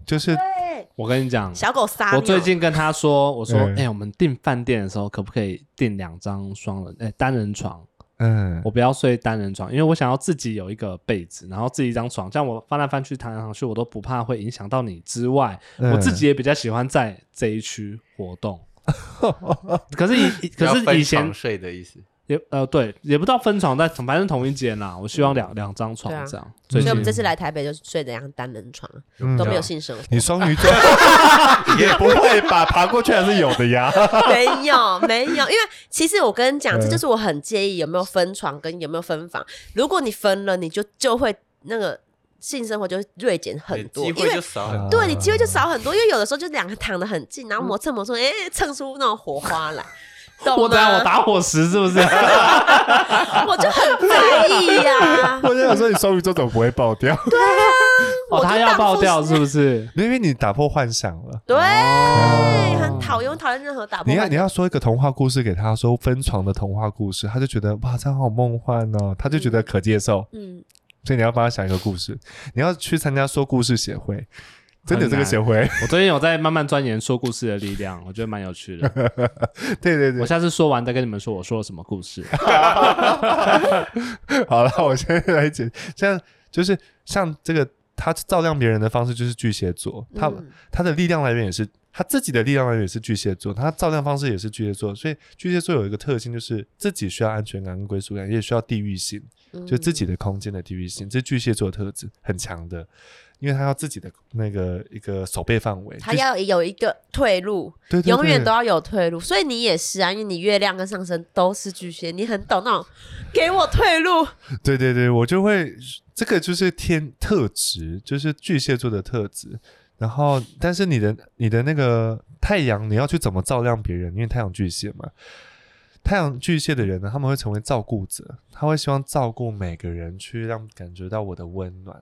就是对，我跟你讲，小哦狗撒尿。我最近跟他说，我说，嗯哎、我们订饭店的时候，可不可以订两张双人，哎、单人床？嗯我，不要睡单人床，因为我想要自己有一个被子，然后自己一张床，这样我翻来翻去、躺来躺去，我都不怕会影响到你。之外，嗯我自己也比较喜欢在这一区活 动。可是以不可要是分以前床睡的意思。也呃对，也不知道分床，但反正同一间啦。我希望两两张床对啊这样。最所以近我们这次来台北就是睡的像单人床，啊都啊没有性生活，嗯你双 鱼座也不会吧？爬过去还是有的呀。 没有没有，因为其实我跟你讲，嗯这就是我很介意有没有分床跟有没有分房。如果你分了，你就就会那个性生活就会锐减很多，机因会为就少很多。对你机会就少很多，因为有的时候就两个躺得很近，然后磨蹭磨蹭，哎、蹭出那种火花来，懂 吗？我等下我打火石是不 哦是？我就很在意呀、 我就想说，你双鱼座怎么不会爆掉？我哦，就他要当爆作掉是是不 是？ 因为你打破幻想了。对，哎哦很讨厌，我讨厌任何打破你要幻你想。要说一个童话故事给他，说分床的童话故事，他就觉得哇，这样好梦幻哦，他就觉得可接受。嗯，所以你要帮他想一个故事，你要去参加说故事协会，真的有这很个难协会，我最近有在慢慢钻研说故事的力量，我觉得蛮有趣 的。 对对我对。下次说完再跟你们说我说了什么故事。 好了，我现在来解，像就是像这个他照亮别人的方式就是巨蟹座，他、嗯他的力量来源也是他自己的力量来源也是巨蟹座，他照亮方式也是巨蟹座，所以巨蟹座有一个特性就是自己需要安全感跟归属感，也需要地域性。嗯就自己的空间的地域性，这是巨蟹座的特质很强的，因为他要自己的那个一个守备范围，他就是要有一个退路，对对永远对都要有退路。所以你也是啊，因为你月亮跟上升都是巨蟹，你很懂那种给我退路。对对对，我就会这个就是天特质，就是巨蟹座的特质。然后，但是你的你的那个太阳，你要去怎么照亮别人？因为太阳巨蟹嘛，太阳巨蟹的人呢，他们会成为照顾者，他会希望照顾每个人，去让感觉到我的温暖。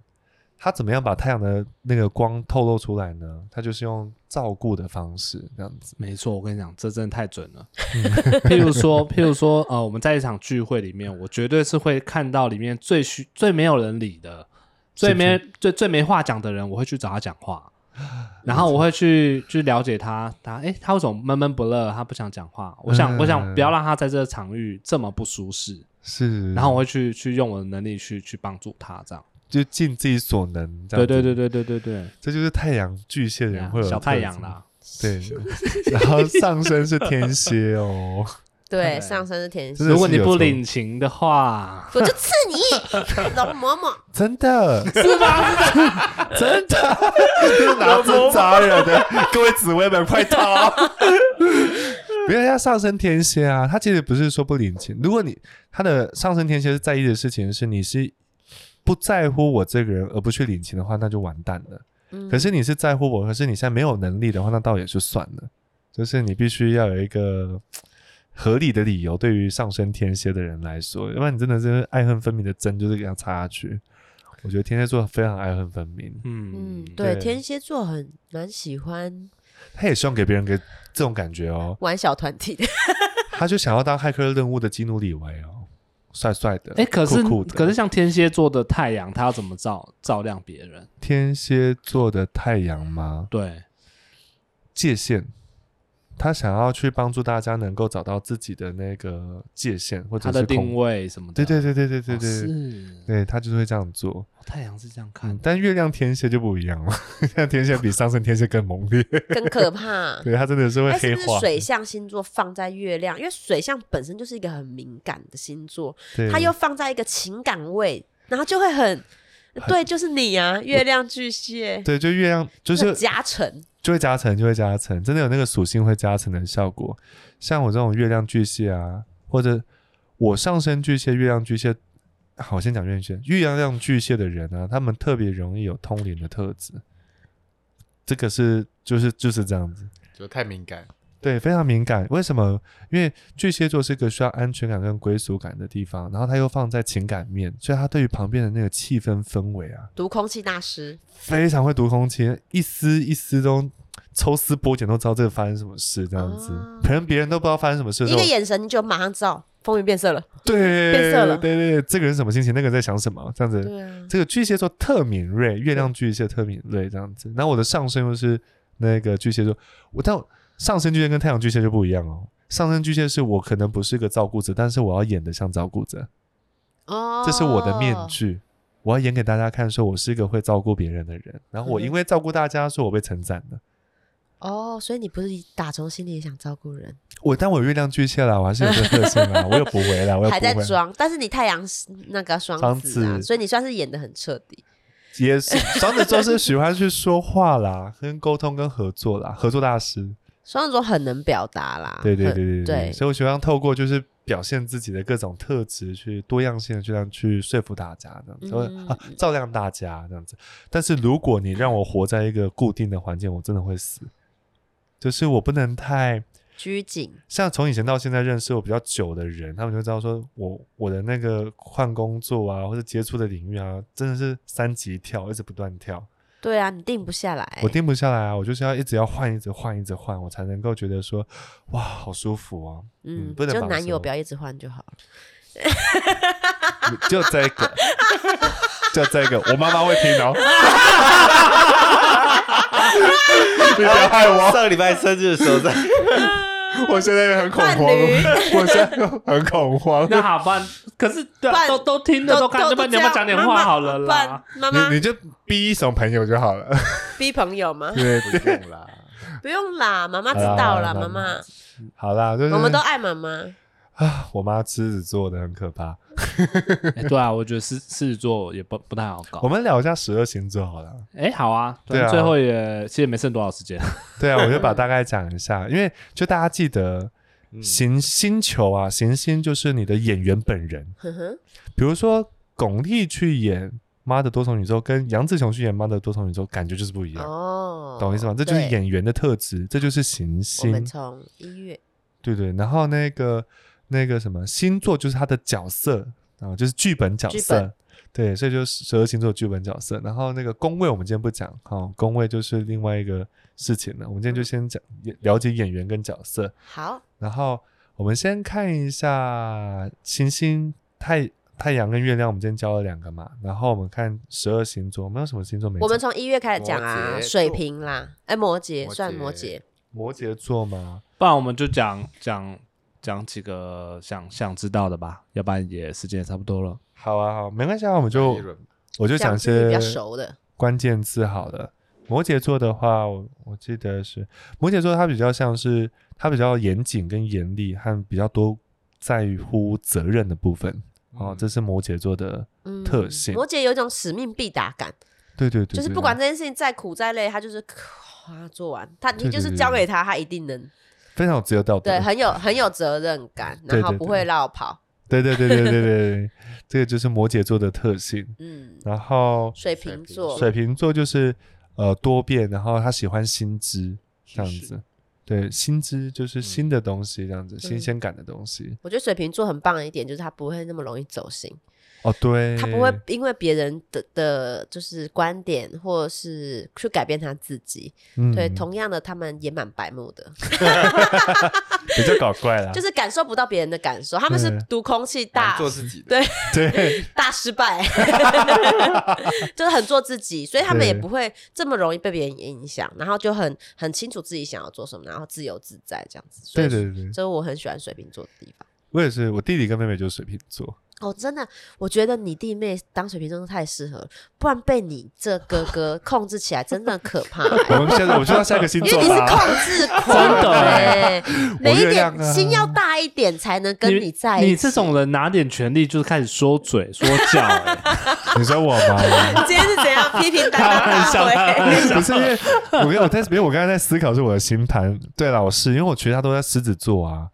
他怎么样把太阳的那个光透露出来呢？他就是用照顾的方式，这样子。没错，我跟你讲，这真的太准 了。譬如说，譬如说，呃，我们在一场聚会里面，我绝对是会看到里面最需、最没有人理的、最没最最没话讲的人，我会去找他讲话，然后我会去去了解他，他诶，他为什么闷闷不乐？他不想讲话。我想，我嗯想不要让他在这个场域这么不舒适，是，然后我会去去用我的能力去去帮助他，这样。就尽自己所能，这对样对子对对对对对，这就是太阳巨蟹人会有小的太特阳啊质啦。对，然后上身是天蝎哦，对，对上升是天真蝎，的 如果是你有不这种领情的话，我就刺 你，容嬷嬷。真的是吗？真 的，就是拿针扎人的，各位紫薇们快逃！ 不要要上升天蝎啊，他其实不是说不领情，如果你他的上升天蝎是在意的事情是你是不在乎我这个人而不去领情的话，那就完蛋了。嗯可是你是在乎我，可是你现在没有能力的话，那倒也就算了。就是你必须要有一个合理的理由，对于上升天蝎的人来说，要不然你真的是爱恨分明的针，就是给他插下去。我觉得天蝎座非常爱恨分明，嗯嗯，，对，对天蝎座很蛮喜欢他也希望给别人给这种感觉 哦，玩小团体的，他就想要当骇客任务的基努里维哦，帅帅的，哎、可是酷酷的可是像天蝎座的太阳，它要怎么照照亮别人？天蝎座的太阳吗？对，界限，他想要去帮助大家能够找到自己的那个界限或者它是的空定位什么的。对对对对对对哦对，是对他就是会这样做。哦太阳是这样看嗯，的。但月亮天蝎就不一样了， 月亮天蝎比上升天蝎更猛 烈，更可怕。 对他真的是会哎，黑是不化是。水象星座放在月亮？因为水象本身就是一个很敏感的星座，对它又放在一个情感位，然后就会很，对，就是你啊，月亮巨蟹，对，就月亮就是很加成，就会加成，就会加成，真的有那个属性会加成的效果。像我这种月亮巨蟹啊，或者我上升巨蟹、月亮巨蟹，好，我先讲月亮巨蟹。月亮巨蟹的人啊，他们特别容易有通灵的特质，这个是就是就是这样子。就太敏感，对，非常敏感。为什么？因为巨蟹座是一个需要安全感跟归属感的地方，然后他又放在情感面，所以他对于旁边的那个气氛氛围啊，读空气大师，非常会读空气，一丝一丝都抽丝剥茧，都知道这个发生什么事这样子哦。可能别人都不知道发生什么事的一时候个，眼神你就马上知道风云变色了。对，变色了对对对，这个人什么心情，那个人在想什么，这样子。对啊，这个巨蟹座特敏锐，月亮巨蟹特敏锐这样子。然后我的上升又是那个巨蟹座，我但我上升巨蟹跟太阳巨蟹就不一样哦。上升巨蟹是我可能不是个照顾者，但是我要演的像照顾者，哦，这是我的面具。我要演给大家看，说我是一个会照顾别人的人。然后我因为照顾大家，所以我被称赞的。哦，所以你不是打从心里想照顾人，我但我有月亮巨蟹啦，我还是有这个特性啦，我有补回啦，我有补还在回。装，但是你太阳是那个双双子啊，子所以你算是演的很彻底。也是，双子座是喜欢去说话啦，跟沟通跟合作啦，合作大师。双子座很能表达啦，对对很对对啊对所以我希望透过就是表现自己的各种特质，去多样性的去让去说服大家，这样子、嗯啊，照亮大家这样子。但是如果你让我活在一个固定的环境，我真的会死。就是我不能太拘谨，像从以前到现在认识我比较久的人，他们就知道说我我的那个换工作啊，或者接触的领域啊，真的是三级跳，一直不断跳。对啊，你定不下来。我定不下来啊，我就是要一直要换，一直换，一直换，我才能够觉得说，哇，好舒服啊！嗯嗯，不能就把男友手不要一直换就好了。就这个， 就这个，我妈妈会听哦。 不要害我，上个礼拜生日的时候在，我现在很恐慌伴侣，我现在很恐慌。 那好吧，可是对不啊，然都都听了，都看，要不然你要不要这讲样点妈话妈好了不然啦？妈妈你你就逼什么朋友就好了。 逼朋友吗？对，不用啦，不用啦，妈妈知好啦道好啦，啦妈妈妈妈，好啦，就是我们都爱妈妈。啊，我妈狮子座的很可怕。哎对啊，我觉得狮狮子座也不不太好我搞。们聊一下十二星座好了。哎，好啊，对啊反正最后也其实也没剩多少时间， 对啊，我就把大概讲一下， 因为就大家记得嗯行星球啊，行星就是你的演员本人。呵呵，比如说巩俐去演《妈的多重宇宙》，跟杨紫琼去演《妈的多重宇宙》，感觉就是不一样，哦，懂我意思吗？这就是对演员的特质，这就是行我星们，从一月对对。然后那个那个什么星座就是他的角色啊，就是剧本角剧本色。对，所以就是十二星座剧本角色，然后那个宫位我们今天不讲哈、哦，宫位就是另外一个事情了。我们今天就先讲也了解演员跟角色，好，然后我们先看一下行星太太阳跟月亮，我们今天教了两个嘛，然后我们看十二星座，我们有什么星座没讲？我们从一月开始讲啊，摩羯水瓶啦，哎，摩羯摩算摩羯羯，摩羯座嘛，不然我们就讲讲讲几个想想知道的吧，要不然也时间也差不多了。好啊好，没关系啊，我们就一轮吧我就这讲样一子比些较熟的，关键字好了。摩羯座的话，我我记得是摩羯座，它比较像是它比较严谨跟严厉，和比较多在乎责任的部分。哦嗯，这是摩羯座的，嗯，特性摩羯有一种使命必达感，对对对，就是对不管这件事情再苦再累，他就是 他做完，他你对就是对对交给他，他一定能，非常有自由道德对，，很有很有责任感，对然后对不对会落跑，对对对对对对对，这个就是摩羯座的特性。嗯，然后水水瓶瓶座，水瓶座就是呃多变，然后他喜欢新知这样是子。对，新知就是嗯新的东西，这样子、新鲜感的东西。我觉得水瓶座很棒的一点就是他不会那么容易走心，哦，对，他不会因为别人的的就是观点或是去改变他自己。嗯对，同样的，他们也蛮白目的，比较搞怪啦，就是感受不到别人的感受，他们是啊对读空气蛮大做自己的，对 对大失败，就是很做自己，所以他们也对不会这么容易被别人影响，然后就很很清楚自己想要做什么，然后自由自在这样子。所以对对对，这是我很喜欢水瓶座的地方。我也是，我弟弟跟妹妹就是水瓶座， 哦，真的，我觉得你弟妹当水瓶座太适合了，不然被你这哥哥控制起来真的很可 怕、我们现在我们就到下一个星因为座你是控啦。制狂、欸，每一我月亮点啊心要大一点才能跟你在一起。你这种人拿点权利就是开始说嘴说教、欸， 你说我 吗？今天是怎样批评大开玩笑，开玩笑不是因为我跟我在，因为我刚才在思考是我的星盘。对啦，我是因为我觉得他都在狮子座啊，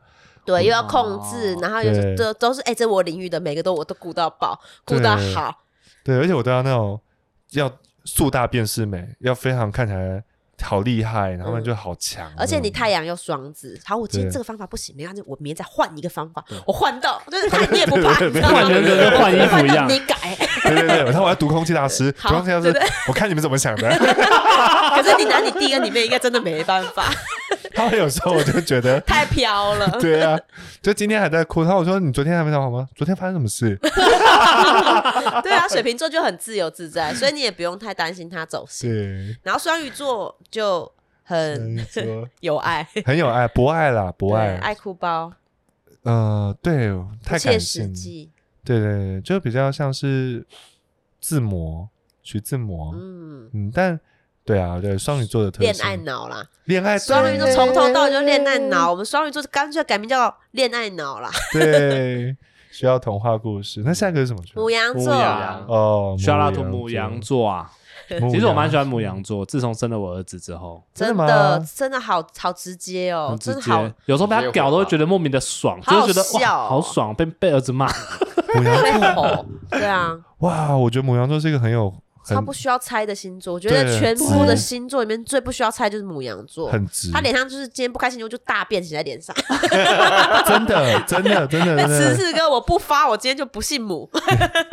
对，又要控制，哦然后又是对这都是哎、这我领域的每个都我都顾到爆，顾对到好，对，而且我对他那种要素大便是美，要非常看起来好厉害，然后嗯就好强。而且你太阳又双子，好，我今天对这个方法不行，没关系，我明天再换一个方法，我换到就是他你也不怕，你知道吗换人格跟换衣服一样换到你改，对对对，然后我要读空气大师，读好空气大对师对，我看你们怎么想 的。可是你拿你弟跟你妹应该真的没办法，他们有时候我就 觉得，太飘了。对啊，就今天还在哭。然后我说你昨天还没想好吗？昨天发生什么事？对啊，水瓶座就很自由自在，所以你也不用太担心他走心。对，然后双鱼座就很嗯说有爱，很有爱，博爱啦，博对爱爱。哭包，呃，对，不太切感实性。际。对对对，就比较像是自磨，徐自磨。嗯，嗯，但对啊，对双鱼座的特恋性爱脑啦，恋爱双鱼座对从头到尾就恋爱脑，我们双鱼座干脆改名叫恋爱脑啦。对，需要童话故事。那下一个是什么座？母羊座母，啊羊哦，需要拉图座母羊。座啊。母其实我蛮喜欢羊母羊座，自从生了我儿子之后，真真的的吗真的好好直接哦很，直真的接好，有时候被他屌都会觉得莫名的爽，好就好是觉得笑哦哇，好爽，被被儿子 骂，母羊会座，吼。对啊，哇，我觉得母羊座是一个很有超很不需要猜的星座，我觉得对全部的嗯星座里面最不需要猜就是母羊座。很直，他脸上就是今天不开心，我就大便写在脸上。真的真的真 的那真十的，四哥，我不发，我今天就不信母。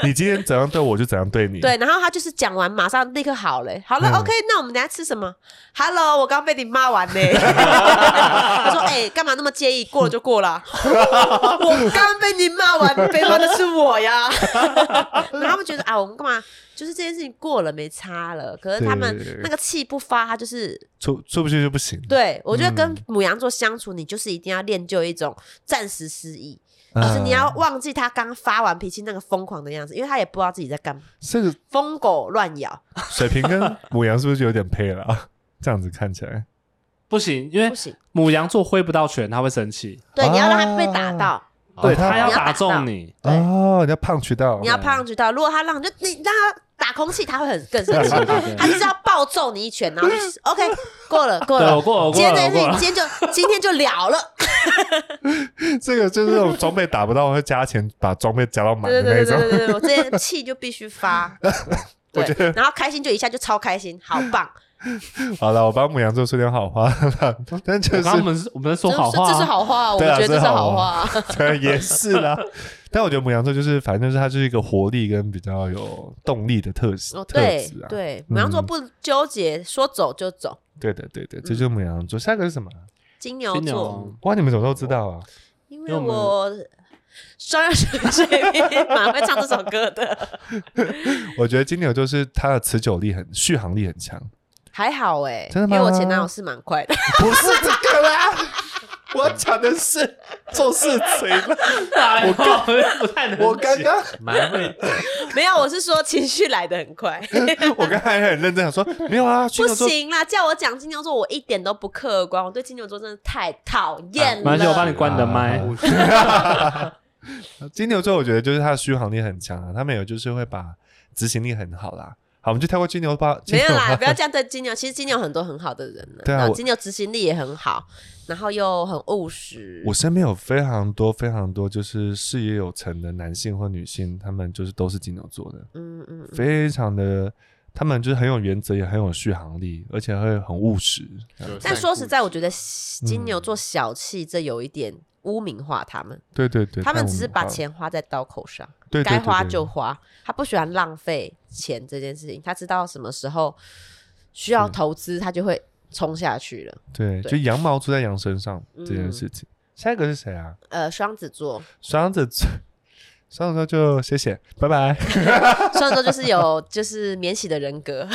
你今天怎样对我我就怎样对你。对，然后他就是讲完马上立刻好了，好了、嗯 o k 那我们等下吃什么？Hello，我刚被你骂完呢。 他说，哎、干嘛那么介意？过了就过了。我刚被你骂完，被骂的是我 呀。然后他们觉得啊，我们干嘛？就是这件事情过了没差了，可是他们对那个气不发，他就是出出不去就不行。对我觉得跟嗯母羊座相处，你就是一定要练就一种暂时失忆，嗯就是你要忘记他刚发完脾气那个疯狂的样子，因为他也不知道自己在干嘛，这个疯狗乱咬。水瓶 跟母羊是不是有点配了啊？这样子看起来，不行，因为不行，母羊座挥不到拳，他会生气，对，你要让他被打到，对哦他他要你要打打到中你，对哦，你要胖渠道你，要 punch 到。如果他让就你让他打空气，他会很更生对气，对对他就是要暴揍你一拳，然后就是 OK 过了过对了我。过了我今过天了这我件事过情，了，今天就今天就了了。这个就是那种装备打不到会加钱把装备加到满对的对对那对种。对对，我这些气就必 须发。我对觉得，然后开心就一下就超开心，好棒！好了，我帮母羊座说点好话， 但就我 刚是刚我们是我们在说这好话这是啊，好话，我对们啊觉得这这是是好好话。对，呃也是啦。但我觉得母羊座就是，反正就是它就是一个活力跟比较有动力的特质、哦，特对质啊。对，嗯母羊座不纠结，说走就走。对的，对嗯的，这就是母羊座。下一个是什么啊？金牛金牛座，啊哇，你们怎么都知道啊？因因为为我们我双水水瓶蛮会唱这首歌的，我觉得金牛就是它的持久力很、续航力很强。还好哎，真因的吗为我前男友是蛮快的， 不是这个啦，我讲的是做事情啦。我刚不 太能我刚刚蛮会没有，我是说情绪来的很快， 我刚才还很认真想说，没有啊，哎金不牛座行啦，叫我讲金牛座，我一点都不客观，我对金牛座真的太讨厌没关系，我帮你了。关你的麦。啊 金牛座，我觉得就是他的续航力很强啊，他们有就是会把执行力很好啦。好，我们就跳过金牛吧。没有啦，金牛吧不要这样对金牛。其实金牛很多很好的人呢，对啊然后我金牛执行力也很好，然后又很务实。我身边有非常多非常多就是事业有成的男性或女性，他们就是都是金牛座的，嗯嗯，嗯非常的，他们就是很有原则，也很有续航力，而且会很务实。但说实在，我觉得得嗯金牛座小气这有一点污名化他们，对对对，他们太只是文化把了钱花在刀口上，对对该对花对就花，他不喜欢浪费钱这件事情，他知道什么时候需嗯要投资，他就会冲下去了。对，对就羊毛出在羊身上这件嗯事情。下一个是谁啊？呃，双子座，双子座， 双子座就谢谢，拜拜。 双子座就是有就是免洗的人格，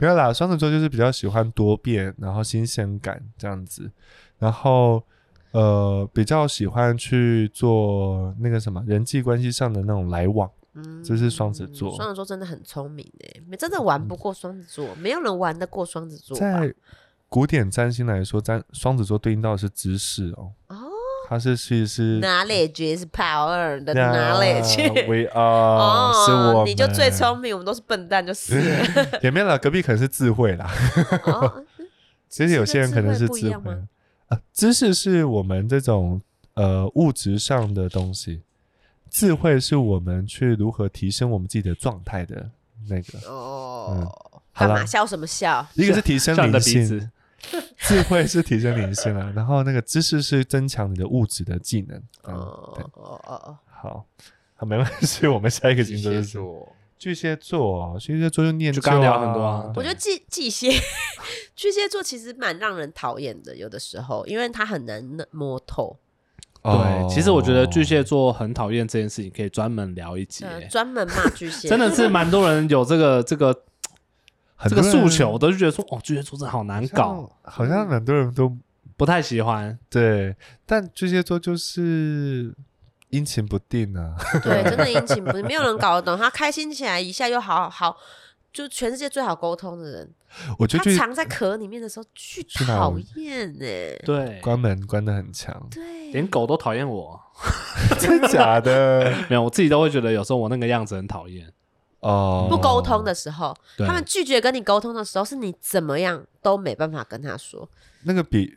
没有啦，双子座就是比较喜欢多变，然后新鲜感这样子，然后呃比较喜欢去做那个什么人际关系上的那种来往。嗯这是双子座双子座真的很聪明哎，没真的玩不过双子座，没有人玩得过双子座吧。在古典占星来说，占双子座对应到的是知识哦，哦它是其实是，knowledge is power 的那 knowledge。 We are，是我哦你就最们聪明，我们都是笨蛋，就是了。也没有啦，隔壁可能是智 慧啦。 哦，其实有些人可能是知识跟智慧不一智样慧吗啊，知识是我们这种呃物质上的东西，智慧是我们去如何提升我们自己的状态的那个。哦，嗯好干啦嘛笑什么笑？一个是提升像你的灵鼻性，子，智慧是提升灵性啦，啊 然后那个知识是增强你的物质的技能。嗯，哦对哦哦好，好，没关系，我们下一个巨星座蟹就是座，巨蟹座，巨蟹座就念旧就啊、刚聊很多啊我觉得巨巨蟹 巨蟹座其实蛮让人讨厌的，有的时候，因为他很难摸透，哦对，其实我觉得巨蟹座很讨厌这件事情，可以专门聊一集、呃欸专门骂巨蟹，真的是蛮多人有这个这个很这个多诉人求，我都是觉得说哦，巨蟹座真的好难搞，好像很多人都不太喜欢。对，但巨蟹座就是阴晴不定啊。 对，真的阴晴不定，没有人搞得懂。他开心起来一下又好好，就全世界最好沟通的人，我觉得他巨藏在壳里面的时候巨是哪讨有厌呢、，对，关门关的很强 对，连狗都讨厌我，真假的没有，我自己都会觉得有时候我那个样子很讨厌。哦。不沟通的时候，对他们拒绝跟你沟通的时候，是你怎么样都没办法跟他 说。那个比，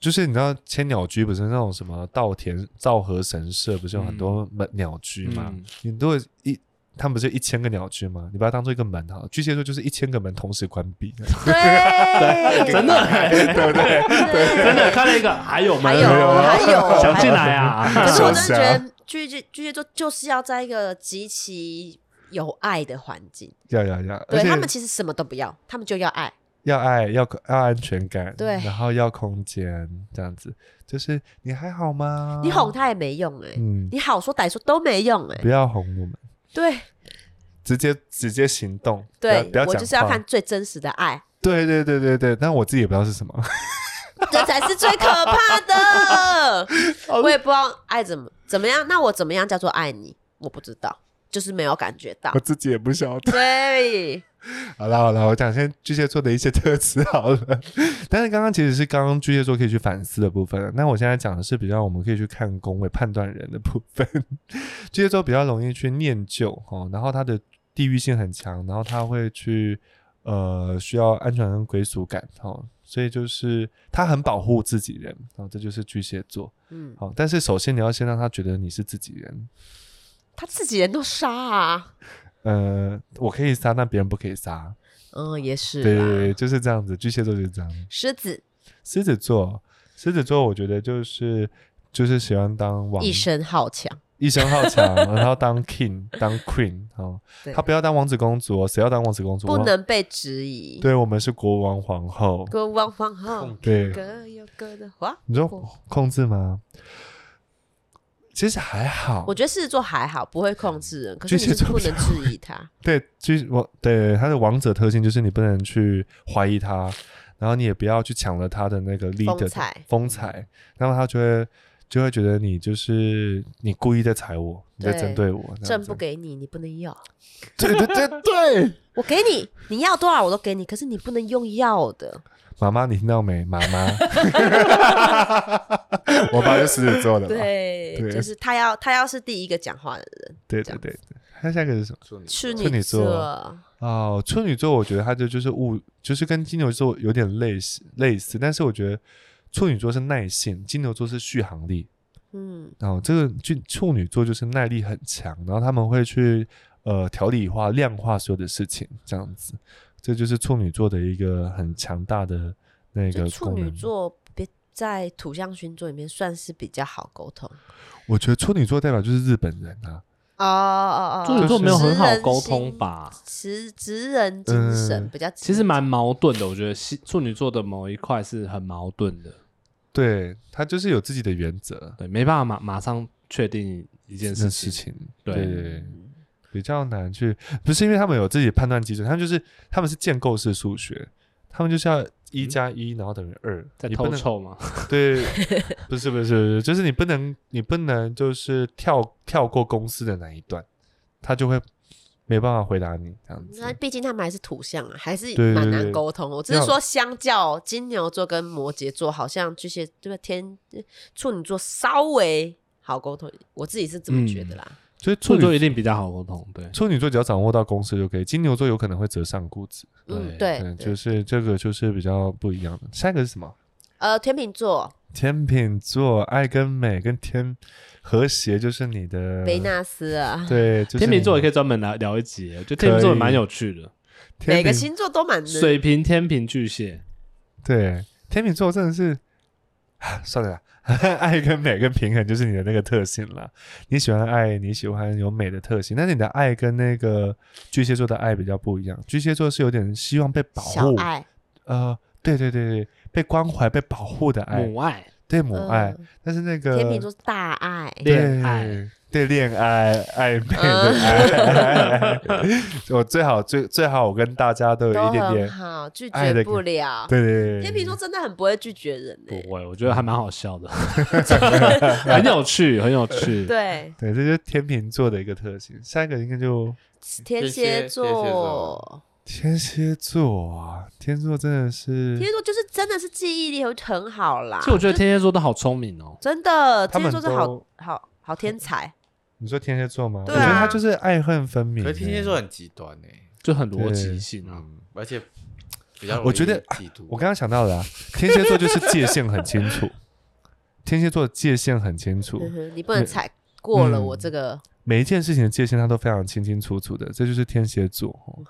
就是你知道千鸟居不是那种什么稻田稻荷神社，不是有很多门鸟居吗？嗯你都有一。他们不是有一千个鸟居吗？你把它当做一个门哈，巨蟹座就是一千个门同时关闭， 对，真的、欸，对不对？对真的看了一个，还有吗？还有还有 想进来啊？ 可是我真的受觉伤得巨蟹巨蟹座就是要在一个极其有爱的环境，要要要，而对且啊他们其实什么都不要，他们就要爱。要爱，要可要安全感，对然后要空间，这样子，就是你还好吗？你哄，他也没用哎、嗯，你好说歹说都没用哎、不要哄我们，对直接直接行动，不要对不要，我讲就是要话看，最真实的爱，对对对对对，但我自己也不知道是什么， 这才是最可怕 的。我也不知道爱怎么怎么样，那我怎么样叫做爱你？我不知道，就是没有感觉到我。自己也不晓得。对，好啦好啦，我讲先巨蟹座的一些特质好了， 但是刚刚其实是刚刚巨蟹座可以去反思的部分，那我现在讲的是比较我们可以去看宫位判断人的部分， 巨蟹座比较容易去念旧哦，然后他的地域性很强，然后他会去呃需要安全感跟归属感哦，所以就是他很保护自己人哦，这就是巨蟹座。嗯，好，但是首先你要先让他觉得你是自己人。他自己人都杀啊，呃，我可以杀，但别人不可以杀。嗯，也是对对啦。对，就是这样子。巨蟹座就是这样。狮子狮子座，狮子座，我觉得就是就是喜欢当王，一身好强，一生好 强，然后当 king 当 queen 哦对。他不要当王子公主哦，谁要当王子公主？不我能被质疑。对我们是国王皇后。国王皇后控，对，各有各的花。你说我控制吗？其实还好，我觉得狮子座还好，不会控制人，可是巨你蟹是座不能质疑他。对，就是我对他的王者特性就是你不能去怀疑他，然后你也不要去抢了他的那个 leader 的采嗯风采，那么他就会就会觉得你就是你故意在踩我，你在针对对我，这样朕子不给你，你不能要。对对对 对，我给你，你要多少我都给你，可是你不能用要的。妈妈你听到没？妈 妈，我爸是狮子座的嘛，对对就是他要他要是第一个讲话的人，对对对对，他下一个是什么？处女处座处女座座哦，处女座，我觉得他的就是物，就是跟金牛座有点类似类似，但是我觉得处女座是耐性，金牛座是续航力。嗯，然后这个就处女座就是耐力很强，然后他们会去呃条理化、量化所有的事情，这样子，这就是处女座的一个很强大的那就个处功女能。座别在土象星座里面算是比较好沟通。我觉得处女座代表就是日本人啊，哦哦哦，处女座没有很好沟通吧？吧？职职人精神嗯比较直，其实蛮矛盾的，我觉得是处女座的某一块是很矛盾的，对他就是有自己的原则对，没办法马马上确定一件这事情件事，情，对对比较难去，不是因为他们有自己的判断基准，他们就是他们是建构式数学，他们就是要嗯一加一，然后等于二，在你不偷能臭吗？ 对，不是不是不是，就是你不能你不能就是跳跳过公司的那一段，他就会没办法回答你这样子。那毕竟他们还是土象啊，还是对蛮对难对沟通。我只是要说，相较金牛座跟摩羯座，好像巨蟹对吧？天处女座稍微好沟通，我自己是这么觉得啦。就是处处女座女一定比较好沟通，对，处女座只要掌握到公司就可以，金牛座有可能会折上固执。嗯，对对，嗯，对就是这个就是比较不一样的。下一个是什么？呃，天秤座天秤座，爱跟美跟天和谐，就是你的维纳斯啊，对，就是天秤座也可以。以专门来聊一集，我觉得天秤座蛮有趣的，天每个秤星座都蛮能水瓶、天平、巨蟹，对天秤座真的是， 算了啦， 爱跟美跟平衡就是你的那个特性啦。你喜欢爱，你喜欢有美的特性，但是你的爱跟那个巨蟹座的爱比较不一样。巨蟹座是有点希望被保小护，爱呃，对对对对，被关怀、被保护的爱，母爱、对母爱。嗯但是那个天秤座是大爱，恋爱，对对恋爱暧昧的爱， 我最好最最好，我跟大家都有嗯都一点很点，好，拒爱绝的不了。对对对，天秤座真的很不会拒绝人欸呢、不会，我觉得还蛮好笑 的，很有趣，很有趣。对，对，这就是天秤座的一个特性。下一个应该就天蝎蝎座，天蝎天蝎座座啊，天蝎座真的是天蝎座就是真的是记忆力很好啦。其实我觉得天蝎座都好聪明哦，真的，他天蝎们座是都好好好天才，你说天蝎座吗？对我觉得啊他就是爱恨分明、可是天蝎座欸，很极端呢、就很逻辑性啊。嗯，而且比较容易我觉得嫉妒。我刚刚想到了、啊，天蝎座就是界限很清楚， 天蝎座界限很清楚，嗯哼，你不能踩过了我这个。每一件事情的界限他都非常清清楚楚的，这就是天蝎座、哦。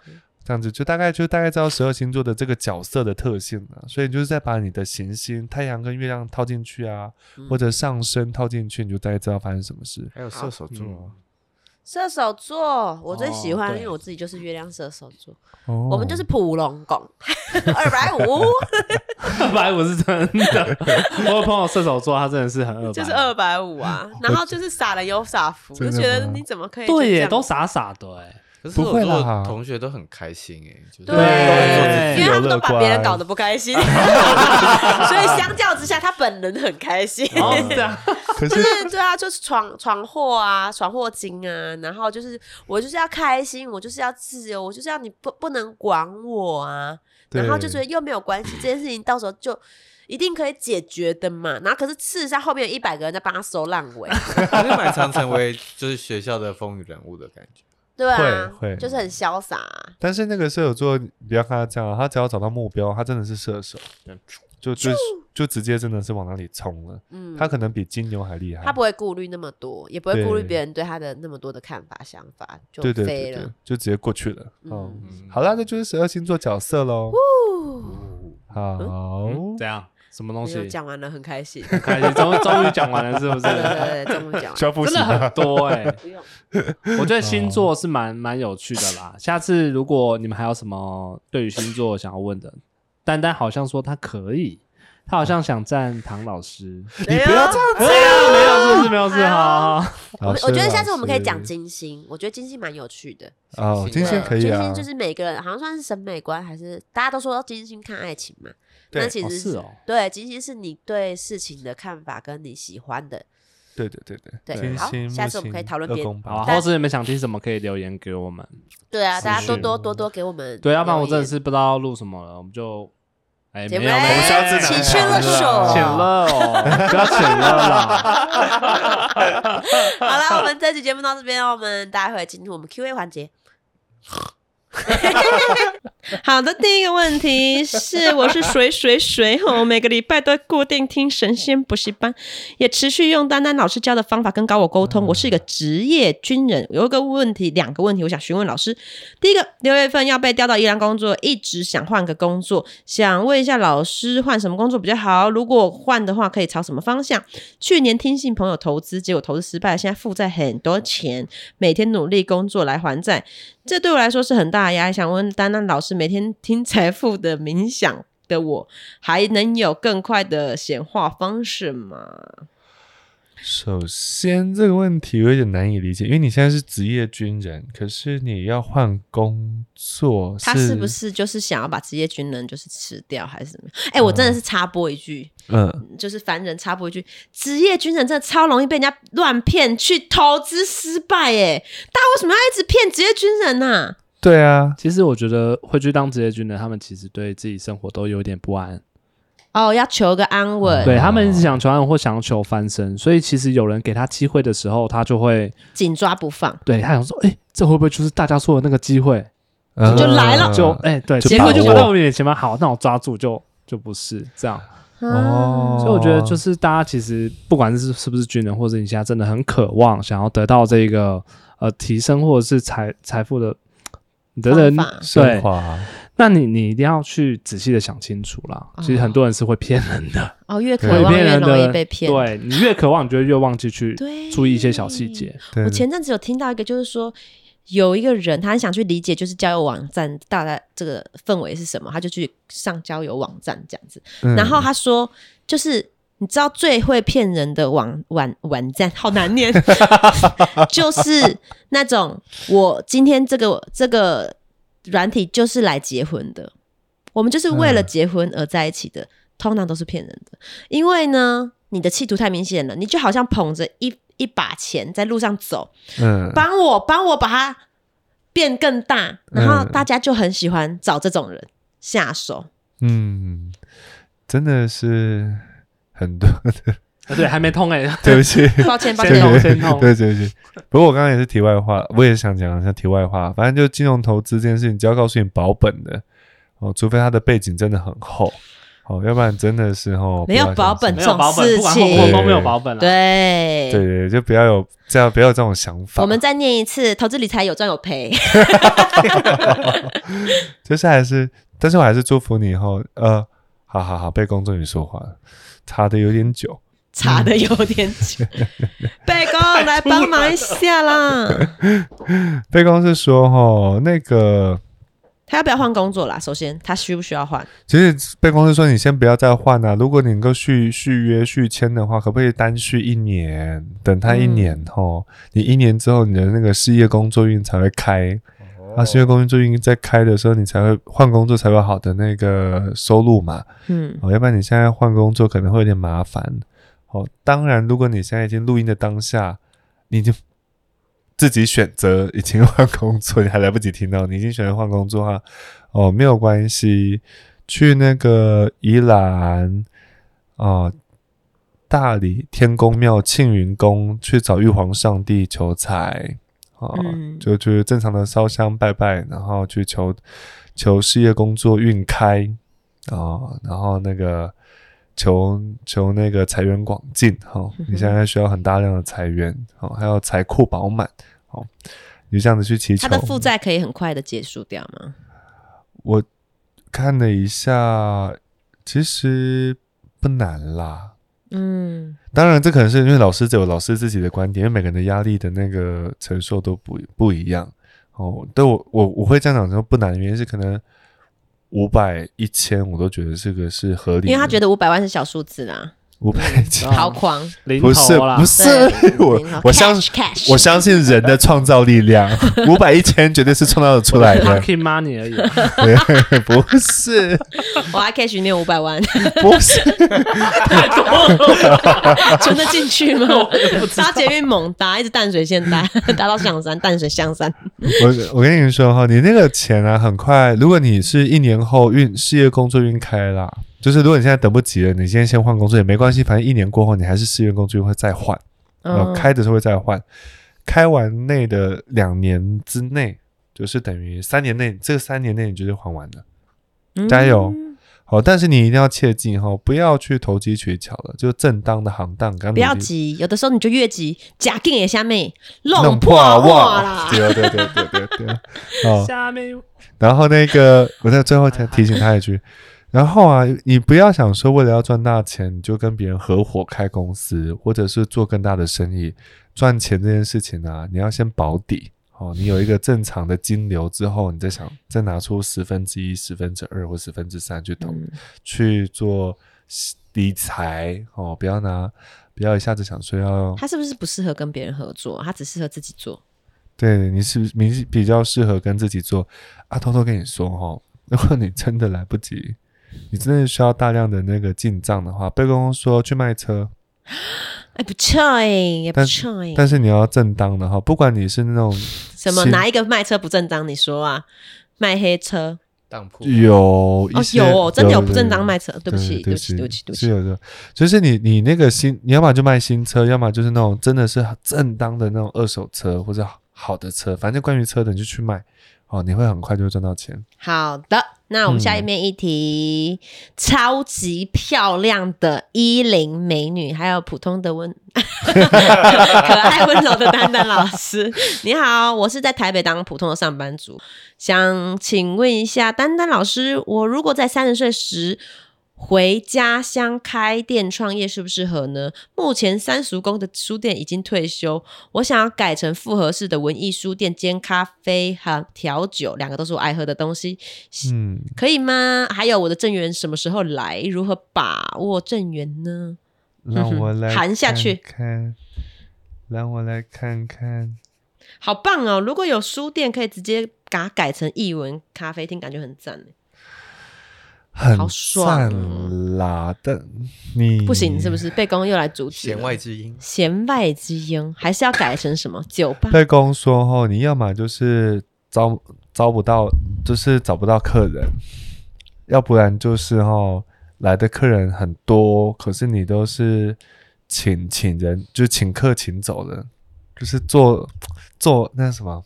这样子就大概就大概知道十二星座的这个角色的特性了、所以你就是再把你的行星太阳跟月亮套进去啊，嗯或者上升套进去，你就大概知道发生什么事。还有射手座、嗯射手座，我最喜哦欢，对因为我自己就是月亮射手座，哦我们就是普龙拱 二百五， 二百五是真的，我有朋友射手座，他真的是很二百，就是二百五啊。然后就是傻人有傻福，真就的觉得吗你怎么可以就对这耶，样都傻傻的哎。可是不我会做啦同学都很开心哎、就是对，对因为他们都把别人搞得不开心，所以相较之下，他本人很开心。哦，这啊样，可就是是对啊，就是闯闯祸啊，闯祸精啊，然后就是我就是要开心，我就是要自由，我就是要你不不能管我啊，然后就觉得又没有关系，这件事情到时候就一定可以解决的嘛。然后可是事实上后面有一百个人在帮他收烂 尾，还是蛮常成为就是学校的风云人物的感觉。对啊会会，就是很潇洒、啊。但是那个射手座，你不要看他这样啊，他只要找到目标，他真的是射手，就就就直接真的是往那里冲了。嗯，他可能比金牛还厉害，他不会顾虑那么多，也不会顾虑对别人对他的那么多的看法、想法，就对对飞对了对。，就直接过去了。嗯，嗯，好啦，这就是十二星座角色喽。好，怎样？什么东没有西？哎讲完了，很开 心。开心，终终于讲完了，是不 对是？对对，终于讲完了。需要复真习的 吗很？多哎、 不用，我觉得星座是蛮蛮有趣的啦。下次如果你们还有什么对于星座想要问的，丹丹好像说他可以，他好像想站唐老师。你不要这没哎有啊没有，是不是没有是哎呦好好好我们我啊觉得下次我们可以讲金金星，我觉得金星蛮有趣的。哦，金星对可以啊，金星就是每个人好像算是审美观，还是大家都说金星看爱情嘛？对那其哦实是哦，对，金星是你对事情的看法跟你喜欢的。对对对对，对金好星下木次我们可以星讨论二别的宫八好啊，但或是你们想听什么可以留言给我们。对啊，是大家多是嗯多多多给我们留言。对，要啊不然我真的是不知道录什么了，我们就哎姐没妹有了，我们下次请吃了手浅了哦，不要浅了啦。好了，我们这期节目到这边哦，我们待会进入我们 Q&A 环节。好的，第一个问题是，我是水水水吼，哦每个礼拜都固定听神仙补习班，也持续用丹丹老师教的方法跟高我沟通。我是一个职业军人，有一个问题，两个问题，我想询问老师。第一个，六月份要被调到宜兰工作，一直想换个工作，想问一下老师换什么工作比较好？如果换的话，可以朝什么方向？去年听信朋友投资，结果投资失败，现在负债很多钱，每天努力工作来还债。这对我来说是很大的压力。想问丹丹老师，每天听财富的冥想的我，还能有更快的显化方式吗？首先这个问题有一点难以理解，因为你现在是职业军人，可是你要换工作，他是不？是就是想要把职业军人就是吃掉还是怎么样？嗯哎、我真的是插播一句，嗯，就是凡人插播一句，职业军人真的超容易被人家乱骗，去投资失败耶！大家为什么要一直骗职业军人呐、对啊，其实我觉得会去当职业军人，他们其实对自己生活都有点不安，哦，要求个安啊稳，对他们一直想求安稳或想求翻身，所以其实有人给他机会的时候，他就会紧抓不放，对他想说，哎、这会不会就是大家说的那个机会？嗯就来了就哎、对，就结果就把摆握在我们眼前嘛，好，那我抓住就就不是这样。哦，呃所以我觉得就是大家其实不管是是不是军人，或者你现在真的很渴望想要得到这个呃提升或者是财财富的等等方法，对升，华，那你你一定要去仔细的想清楚啦。其实很多人是会骗人的，哦，越渴对会望骗越人容易的，被骗，对你越渴望，你就越忘记去对，注意一些小细节。对我前阵子有听到一个，就是说有一个人，他很想去理解，就是交友网站大概这个氛围是什么，他就去上交友网站这样子。嗯然后他说，就是你知道最会骗人的网网网站，好难念，就是那种我今天这个这个软体就是来结婚的，我们就是为了嗯结婚而在一起的，通常都是骗人的，因为呢，你的企图太明显了，你就好像捧着一一把钱在路上走，嗯，帮我帮我把它变更大，然后嗯大家就很喜欢找这种人下手。嗯，真的是很多， 啊对，还没通哎、欸，对不起，抱歉抱先歉，痛对先痛对对对。不过我刚刚也是题外话，我也想讲一下题外话。反正就金融投资这件事情，只要告诉你保本的哦，除非他的背景真的很厚哦，要不然真的是哦，没有不要保本没有保这本，种不管事后情后都没有保本了。想对这样。对对，对就不要有这样，不要有这种想法。我们再念一次，投资理财有赚有赔。 就是还是，但是我还是祝福你以后，呃，好好好，被公众宇说话了，差的有点久。查的有 点久，贝公来帮忙一下啦！被公是说哦，那个他要不要换工作啦？首先，他需不需要换？其实被公司说你先不要再换了、如果你能够续续约续签的话，可不可以单续一年？等他一年哦，你一年之后你的那个事业工作运才会开，啊，事业工作运在开的时候，你才会换工作才会有好的那个收入嘛。嗯，哦，要不然你现在换工作可能会有点麻烦。哦，当然，如果你现在已经录音的当下，你就自己选择已经换工作，你还来不及听到，你已经选择换工作哈。 哦，没有关系，去那个宜兰哦。大理天宫庙、庆云宫去找玉皇上帝求财啊，哦嗯就就是正常的烧香拜拜，然后去求求事业工作运开，哦，然后那个求求那个财源广进哈、哦你现在需要很大量的财源哦，还有财库饱满哦，你就这样子去祈求。他的负债可以很快的结束掉吗？我看了一下，其实不难啦。嗯，当然，这可能是因为老师只有老师自己的观点，因为每个人的压力的那个承受都不不一样哦。对我我我会这样讲说不难，原因是可能五百一千我都觉得这个是合理的，因为他觉得五百万是小数字啦，五百千啊好狂。零不是头啦，不是对我零头我相 cash, cash 我相信人的创造力 量，五百一千绝对是创造得出来的， ，lucky money 而已。对不是我还 cash 你有五百万，不是， 存得进去吗？搭捷运猛搭，一直淡水线 搭，搭到象山，淡水象山。我我跟你说哈，你那个钱啊，很快，如果你是一年后运事业工作运开啦，就是如果你现在等不及了，你今天先换工作也没关系，反正一年过后你还是事业工作运会再换，嗯呃，哦开的时候会再换，开完内的两年之内，就是等于三年内，这个三年内你就是还完了。嗯加油！好，但是你一定要切记哈、不要去投机取巧了，就正当的行当，刚不要急，有的时候你就越急，假定也下面弄弄破我袜啦，。对对对对对对。哦，下面有然后那个，我在最后再提醒他一句，然后啊，你不要想说为了要赚大钱，你就跟别人合伙开公司，或者是做更大的生意。赚钱这件事情啊，你要先保底。哦，你有一个正常的金流之后，你再想再拿出十分之一、十分之二或十分之三去投，去做理财哦，不要拿，不要一下子想说要他是不是不适合跟别人合作？啊他只适合自己做。对，你是你比较适合跟自己做啊。偷偷跟你说哦，如果你真的来不及，你真的需要大量的那个进账的话，被公公说去卖车，哎，不错哎，也不但错哎。但是你要正当的哈，不管你是那种什么？是哪一个卖车不正当？你说啊，卖黑车当铺有一哦，些、有哦，真的有不正当有卖车。对不起，对对不起，对不起，对不是起。有的，就是你你那个新，你要么就卖新车，要么就是那种真的是正当的那种二手车或者好的车，反正关于车的你就去卖哦，你会很快就会赚到钱。好的，那我们下一面一题，超级漂亮的依林美女，还有普通的温 可爱温柔的丹丹老师， 你好，我是在台北当普通的上班族，想请问一下丹丹老师，我如果在三十岁时。回家乡开店创业适不适合呢？目前三叔公的书店已经退休，我想要改成复合式的文艺书店兼咖啡和调酒，两个都是我爱喝的东西，嗯，可以吗？还有我的正缘什么时候来？如何把握正缘呢？让我来嗯含下去看看，让我来看看。好棒哦！如果有书店，可以直接把它改成译文咖啡厅，感觉很赞欸耶。很好爽啊赞啦！但你不行，是不？嗯是？被公又来阻止了弦外之音，弦外之音，还是要改成什么酒吧？被公说后，你要么就是招招不到，就是找不到客人，要不然就是哦，来的客人很多，可是你都是请请人，就请客请走人，就是做做那什么，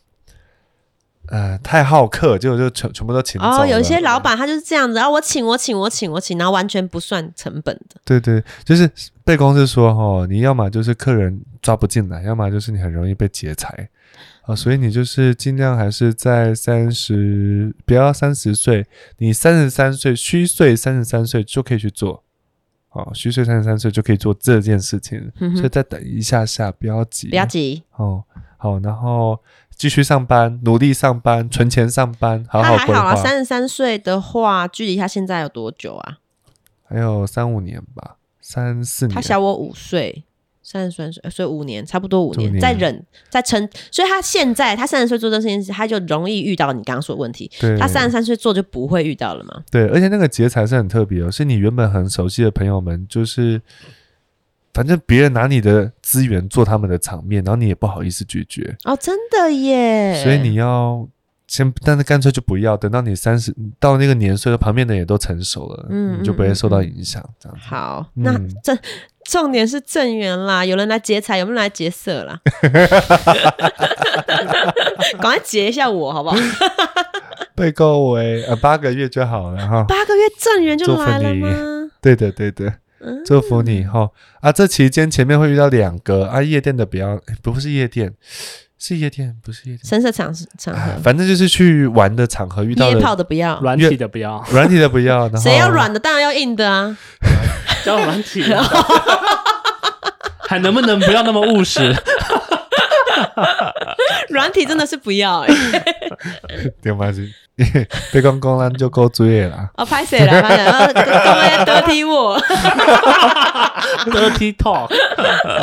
呃，太好客，结果就全全部都请走哦，有一了嗯些老板他就是这样子，然、后我请我请我请我请，然后完全不算成本的。对对，就是被公司说哦，你要么就是客人抓不进来，要么就是你很容易被劫财啊、所以你就是尽量还是在三十，不要三十岁，你三十三岁虚岁三十三岁就可以去做，啊、虚岁三十三岁就可以做这件事情，嗯哼所以再等一下下，不要急，不要急，哦，好，然后继续上班，努力上班，存钱上班，好他好还规好划啊。，三十三岁的话，距离他现在有多久啊？还有三五年吧，三四年，他小我五岁，三十三岁，呃所以五年，差不多五五年，年再忍，再撑。所以他现在他三十岁做这件事情，他就容易遇到你刚刚说的问题。对，他三十三岁做就不会遇到了嘛？对，而且那个劫财是很特别哦，是你原本很熟悉的朋友们，就是反正别人拿你的资源做他们的场面，然后你也不好意思拒绝，哦，真的耶！所以你要先，但是干脆就不要，等到你三十到那个年岁，旁边的也都成熟了，嗯你就不嗯会嗯受到嗯影响，这样子。好，那嗯正重点是正缘啦，有人来劫财，有没有人来劫色啦？ 赶快劫一下我好不好？被告为呃八个月就好了哈。八个月正缘就祝福来了你吗？对的，对的，嗯祝福你哈、啊！这期间前面会遇到两个啊，夜店的不要，诶不是夜店，是夜店，不是夜店，深色场场哎合，反正就是去玩的场合遇到夜的泡的不要，软体的不 要，软体的不要，然后谁要？软的当然要硬的啊。交友软体 的还能不能不要那么务实？软体真的是不要哎、欸，对嘛是，被公公咱就够追的啦。哦，拍谁了？拍谁了？干嘛要得体我？ Dirty Talk，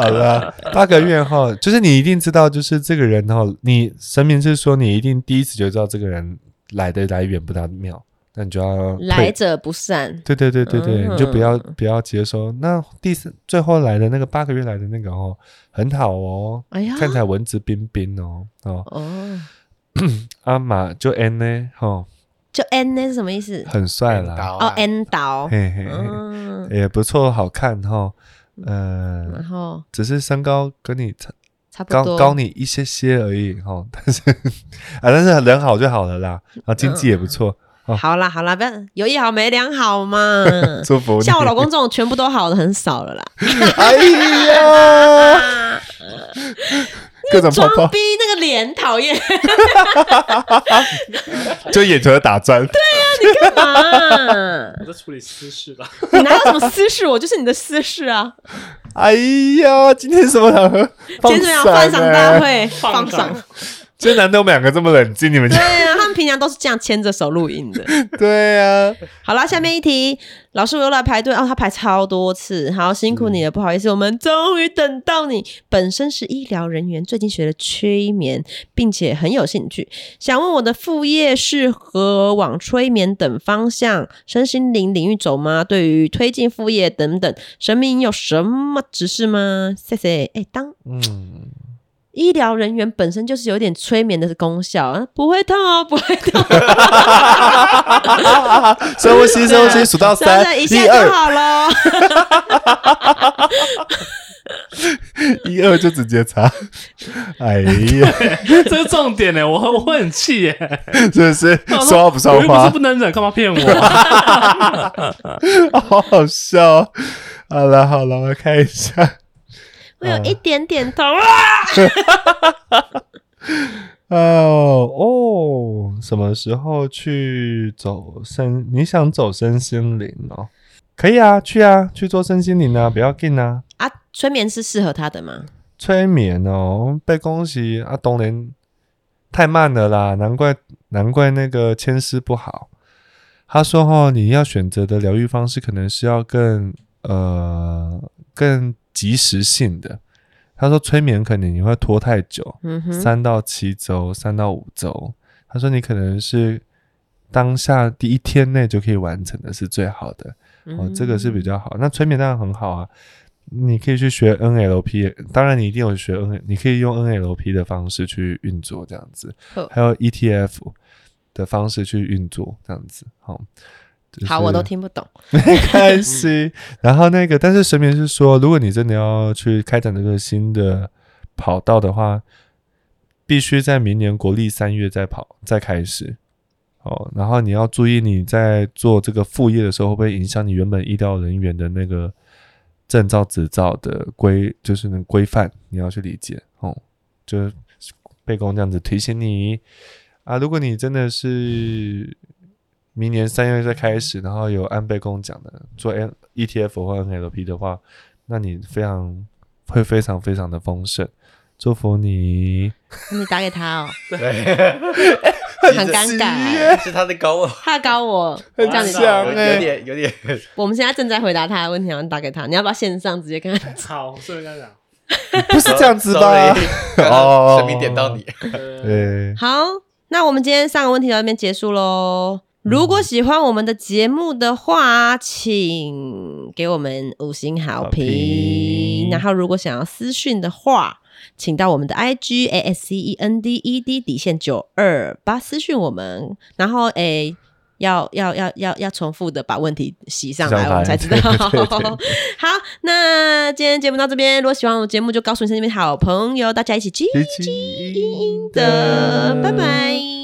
好了，八个月后，就是你一定知道，就是这个人哈，你神明是说你一定第一次就知道这个人来的来源不大妙，那你就要退 来者不善，对对对对对，嗯你就不要不要接收。那第四最后来的那个八个月来的那个哦，很好哦，哎呀，看起来文质彬彬哦哦，哦，阿玛就 N 呢哦，就 N 那是什么 意思？很帅很啦，高哦啊，N 导，嘿嘿嘿，嗯，也不错，好看哈，呃，然后只是身高跟你差差不高多高你一些些而已哈， 但是啊，但是人好就好了啦，嗯啊，经济也不错，好啦好啦，不要有一好没两好 嘛。祝福你。像我嗯老公这种全部都好的很少了啦， 哎呀， 各种泡装泡逼那个脸讨厌，就眼球的打转，干嘛？ 我在处理私事吧。你哪有什么私事？我就是你的私事啊！哎呀，今天什么场合？今天怎么样？放放赏大欸，会，放放赏赏。今天难得我们两个这么冷静，你们就对啊，他们平常都是这样牵着手录影的。 对呀、啊，好啦，下面一题，老师我又来排队哦，他排超多次，好辛苦你了，不好意思，我们终于等到你。本身是医疗人员，最近学了催眠，并且很有兴趣，想问我的副业适合往催眠等方向、身心灵领域走吗？对于推进副业等等，神明有什么指示吗？谢谢。哎、当嗯，医疗人员本身就是有点催眠的功效，啊不会痛哦，不 会痛。深呼吸，深呼对吸，数到真的三，一一下就二，好了。一二就直接擦。哎呀， 这是重点呢，我我很气耶， 真的是我说说话不我算又不是 话不，能忍，干嘛骗我？好好笑哦。好了好了，我看一下。 我有一点点痛啊！哦哦，什么时候去走身？你想走身心灵哦？可以啊，去啊，去做身心灵啊，不要进啊。啊，催眠是适合他的吗？催眠哦，被恭喜啊，东莲太慢了啦，难怪难怪那个签师不好。他说哦，你要选择的疗愈方式可能是要更呃更及时性的。他说催眠可能你会拖太久，嗯哼，三到七周，三到五周。他说你可能是当下第一天内就可以完成的是最好的。嗯哦，这个是比较好。那催眠当然很好啊，你可以去学 NLP，当然你一定有学 N，你可以用 NLP 的方式去运作这样子好，还有 ETF 的方式去运作这样子。好、就是好，我都听不懂。没关系。然后那个，但是神明是说，如果你真的要去开展这个新的跑道的话，必须在明年国历三月再跑再开始。哦，然后你要注意你在做这个副业的时候，会不会影响你原本医疗人员的那个证照执照的规，就是那个规范，你要去理解哦。就是背公这样子提醒你啊，如果你真的是明年三月再开始，然后有按贝公讲的做 N ETF 或 NLP 的话，那你非常会非常非常的丰盛。祝福你，你打给他哦，很很尴尬，是他在搞我，他搞我，这样我子知道我像欸有点有点，我们现在正在回答他的问题，然后打给他，你要不要线上直接跟他？ 好，顺便跟他不是这样子吧 Sorry，？刚哦刚神明点到你，讲，呃对，好，那我们今天三个问题到这边结束喽。如嗯果喜欢我们的节目的话，请给我们五星好好评评。然后，如果想要私讯的话，请到我们的 I G A S C E N D E D 底线九二八私讯我们。然后，诶、要要要要要重复的把问题洗上来，上来我们才知道。对对对 好，那今天节目到这边，如果喜欢我们节目，就告诉你身边的好朋友，大家一起记奇迹的，拜拜。